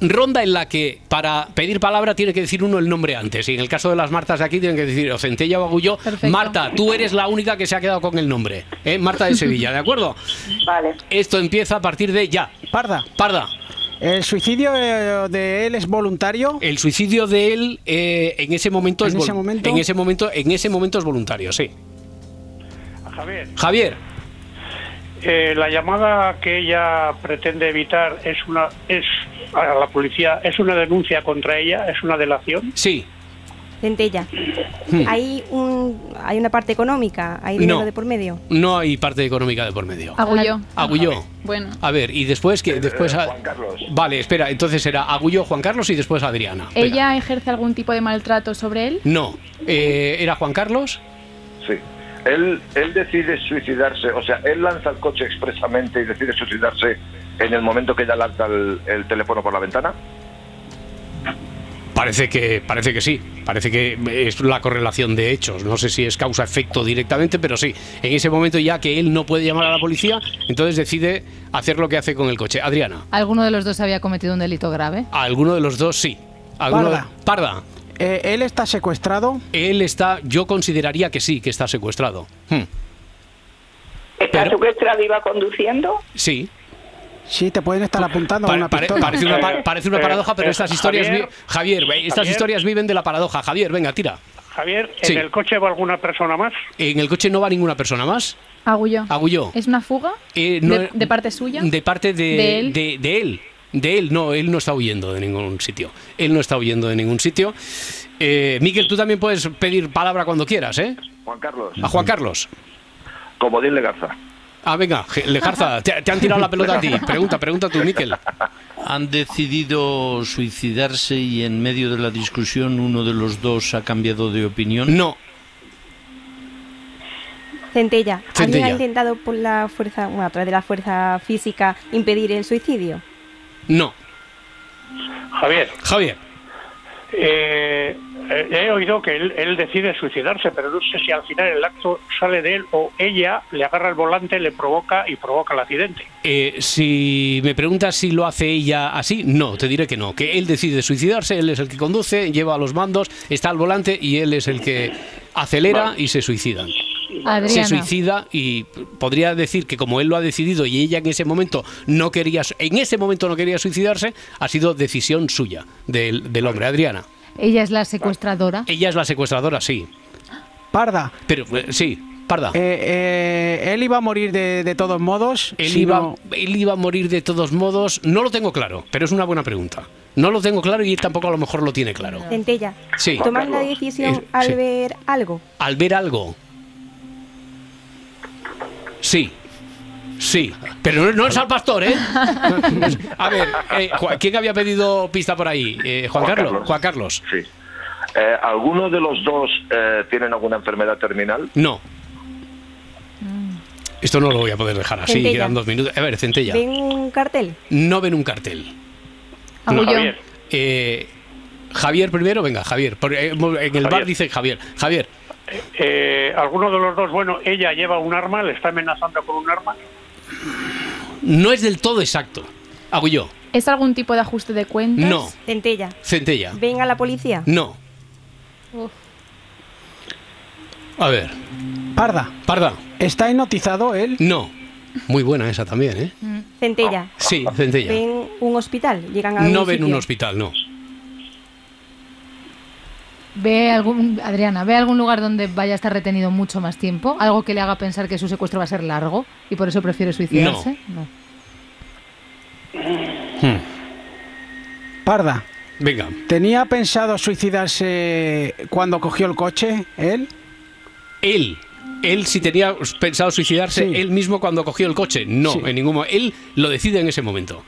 Ronda en la que para pedir palabra tiene que decir uno el nombre antes. Y en el caso de las Martas de aquí tienen que decir o Centella o Agullo. Marta, tú eres la única que se ha quedado con el nombre. ¿eh? Marta de Sevilla, ¿de acuerdo?
Vale.
Esto empieza a partir de ya.
Parda.
Parda.
¿El suicidio eh, de él es voluntario?
El suicidio de él eh, en ese momento
¿En
es vol-
ese momento?
en ese momento en ese momento es voluntario, sí.
Javier,
Javier,
eh, la llamada que ella pretende evitar es una es a la policía es una denuncia contra ella, es una delación.
Sí.
Centella.
Hmm.
¿Hay, un, ¿Hay una parte económica? ¿Hay
No.
dinero de por medio?
No hay parte económica de por medio.
Agulló.
Ah,
Agulló.
Bueno.
A ver, y después que después a- Vale, espera, entonces será Agulló, Juan Carlos y después Adriana. Venga.
¿Ella ejerce algún tipo de maltrato sobre él?
No, eh, era Juan Carlos.
Sí. Él, él decide suicidarse, o sea, él lanza el coche expresamente y decide suicidarse en el momento que ella lanza el, el teléfono por la ventana.
Parece que parece que sí, parece que es la correlación de hechos. No sé si es causa efecto directamente, pero sí. En ese momento ya que él no puede llamar a la policía, entonces decide hacer lo que hace con el coche. Adriana,
¿Alguno de los dos había cometido un delito grave?
a alguno de los dos sí. Alguno-
Parda.
Parda.
Eh, ¿Él está secuestrado?
Él está, yo consideraría que sí, que está secuestrado. Hmm,
¿Está secuestrado y va conduciendo?
Sí.
Sí, te pueden estar apuntando
Pare-
con una
pare-
pistola.
parece, una, par- parece una paradoja, pero estas historias, vi-
Eh, Javier,
Eh, Javier, ve, estas
Javier.
historias viven de la paradoja. Javier, venga, tira.
Javier, ¿en
Sí.
el coche va alguna persona más?
En el coche no va ninguna persona más.
Agulló.
Agulló.
¿Es una fuga?
Eh, no-
de, de parte suya?
De parte de,
¿De él?
De, de él. De él, no, él no está huyendo de ningún sitio. Él no está huyendo de ningún sitio. Eh, Miquel, tú también puedes pedir palabra cuando quieras, ¿eh?
Juan Carlos.
A Juan Carlos.
Como dile Garza.
Ah, venga, Je- Lejarza, te, te han tirado la pelota a ti. Pregunta, pregunta tú, Miquel.
Han decidido suicidarse y en medio de la discusión uno de los dos ha cambiado de opinión.
No.
Centella, ¿alguien
Centella.
ha intentado por la fuerza, bueno, a través de la fuerza física impedir el suicidio?
No.
Javier.
Javier.
Eh, eh, he oído que él, él decide suicidarse, pero no sé si al final el acto sale de él o ella le agarra el volante, le provoca y provoca el accidente.
Eh, si me preguntas si lo hace ella así, no, te diré que no. Que él decide suicidarse, él es el que conduce, lleva los mandos, está al volante y él es el que acelera y se suicidan.
Adriana.
Se suicida y podría decir que como él lo ha decidido y ella en ese momento no quería, en ese momento no quería suicidarse, ha sido decisión suya del, del hombre, Adriana.
Ella es la secuestradora.
Ella es la secuestradora, sí.
Parda.
Pero eh, sí, parda.
Eh, eh, él iba a morir de, de todos modos.
Él,
si
iba,
no-
él iba a morir de todos modos. No lo tengo claro, pero es una buena pregunta. No lo tengo claro y él tampoco a lo mejor lo tiene claro.
Centella,
Sí.
¿tomas la
Eh,
decisión al
sí.
ver algo?
Al ver algo. Sí. Sí. Pero no, no es al pastor, ¿eh? A ver, eh, Ju- ¿quién había pedido pista por ahí? Eh, Juan, Carlos. Juan Carlos.
Sí. Eh, ¿Alguno de los dos eh, tienen alguna enfermedad terminal?
No. Esto no lo voy a poder dejar así,
Centella.
quedan dos minutos. A ver, centella.
¿Ven un cartel?
No ven un cartel.
Agulló. Javier.
Eh, Javier primero, venga, Javier. Por- eh, En el bar dice Javier. Javier,
Eh, alguno de los dos, bueno, ella lleva un arma, le está amenazando con un arma.
no es del todo exacto. Hago yo.
¿Es algún tipo de ajuste de cuentas?
No.
Centella,
Centella.
¿ven a la policía?
No. A ver.
Parda.
Parda.
¿Está hipnotizado él?
No. Muy buena esa también, ¿eh?
Mm. Centella,
Sí, Centella.
¿ven un hospital? ¿Llegan a algún
No ven un
sitio?
hospital, no.
¿Ve algún, Adriana, ¿ve algún lugar donde vaya a estar retenido mucho más tiempo? ¿Algo que le haga pensar que su secuestro va a ser largo y por eso prefiere suicidarse? No.
Parda.
Hmm. Venga.
¿Tenía pensado suicidarse cuando cogió el coche él?
Él. Él si tenía pensado suicidarse él mismo cuando cogió el coche. No, en ningún momento. Él lo decide en ese momento.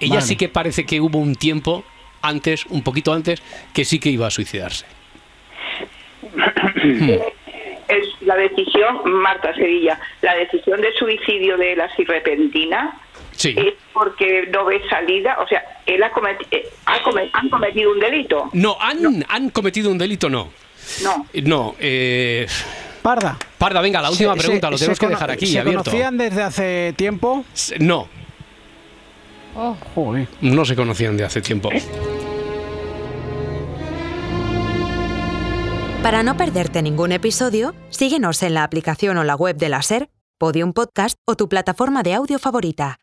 Ella
Vale.
sí que parece que hubo un tiempo antes, un poquito antes, que sí que iba a suicidarse.
Es la decisión, Marta Sevilla, la decisión de suicidio de él así repentina
Sí.
es porque no ve salida, o sea, él ha cometi- eh, ha come- han cometido un delito.
No, han, han cometido un delito, no.
No.
No, eh...
Parda.
Parda, venga, la última
Se-
pregunta,
se-
lo
se
tenemos que
cono-
dejar aquí
¿Se
abierto.
conocían desde hace tiempo?
Se- No,
Oh,
no se conocían de hace tiempo.
Para no perderte ningún episodio, síguenos en la aplicación o la web de la SER, Podium Podcast o tu plataforma de audio favorita.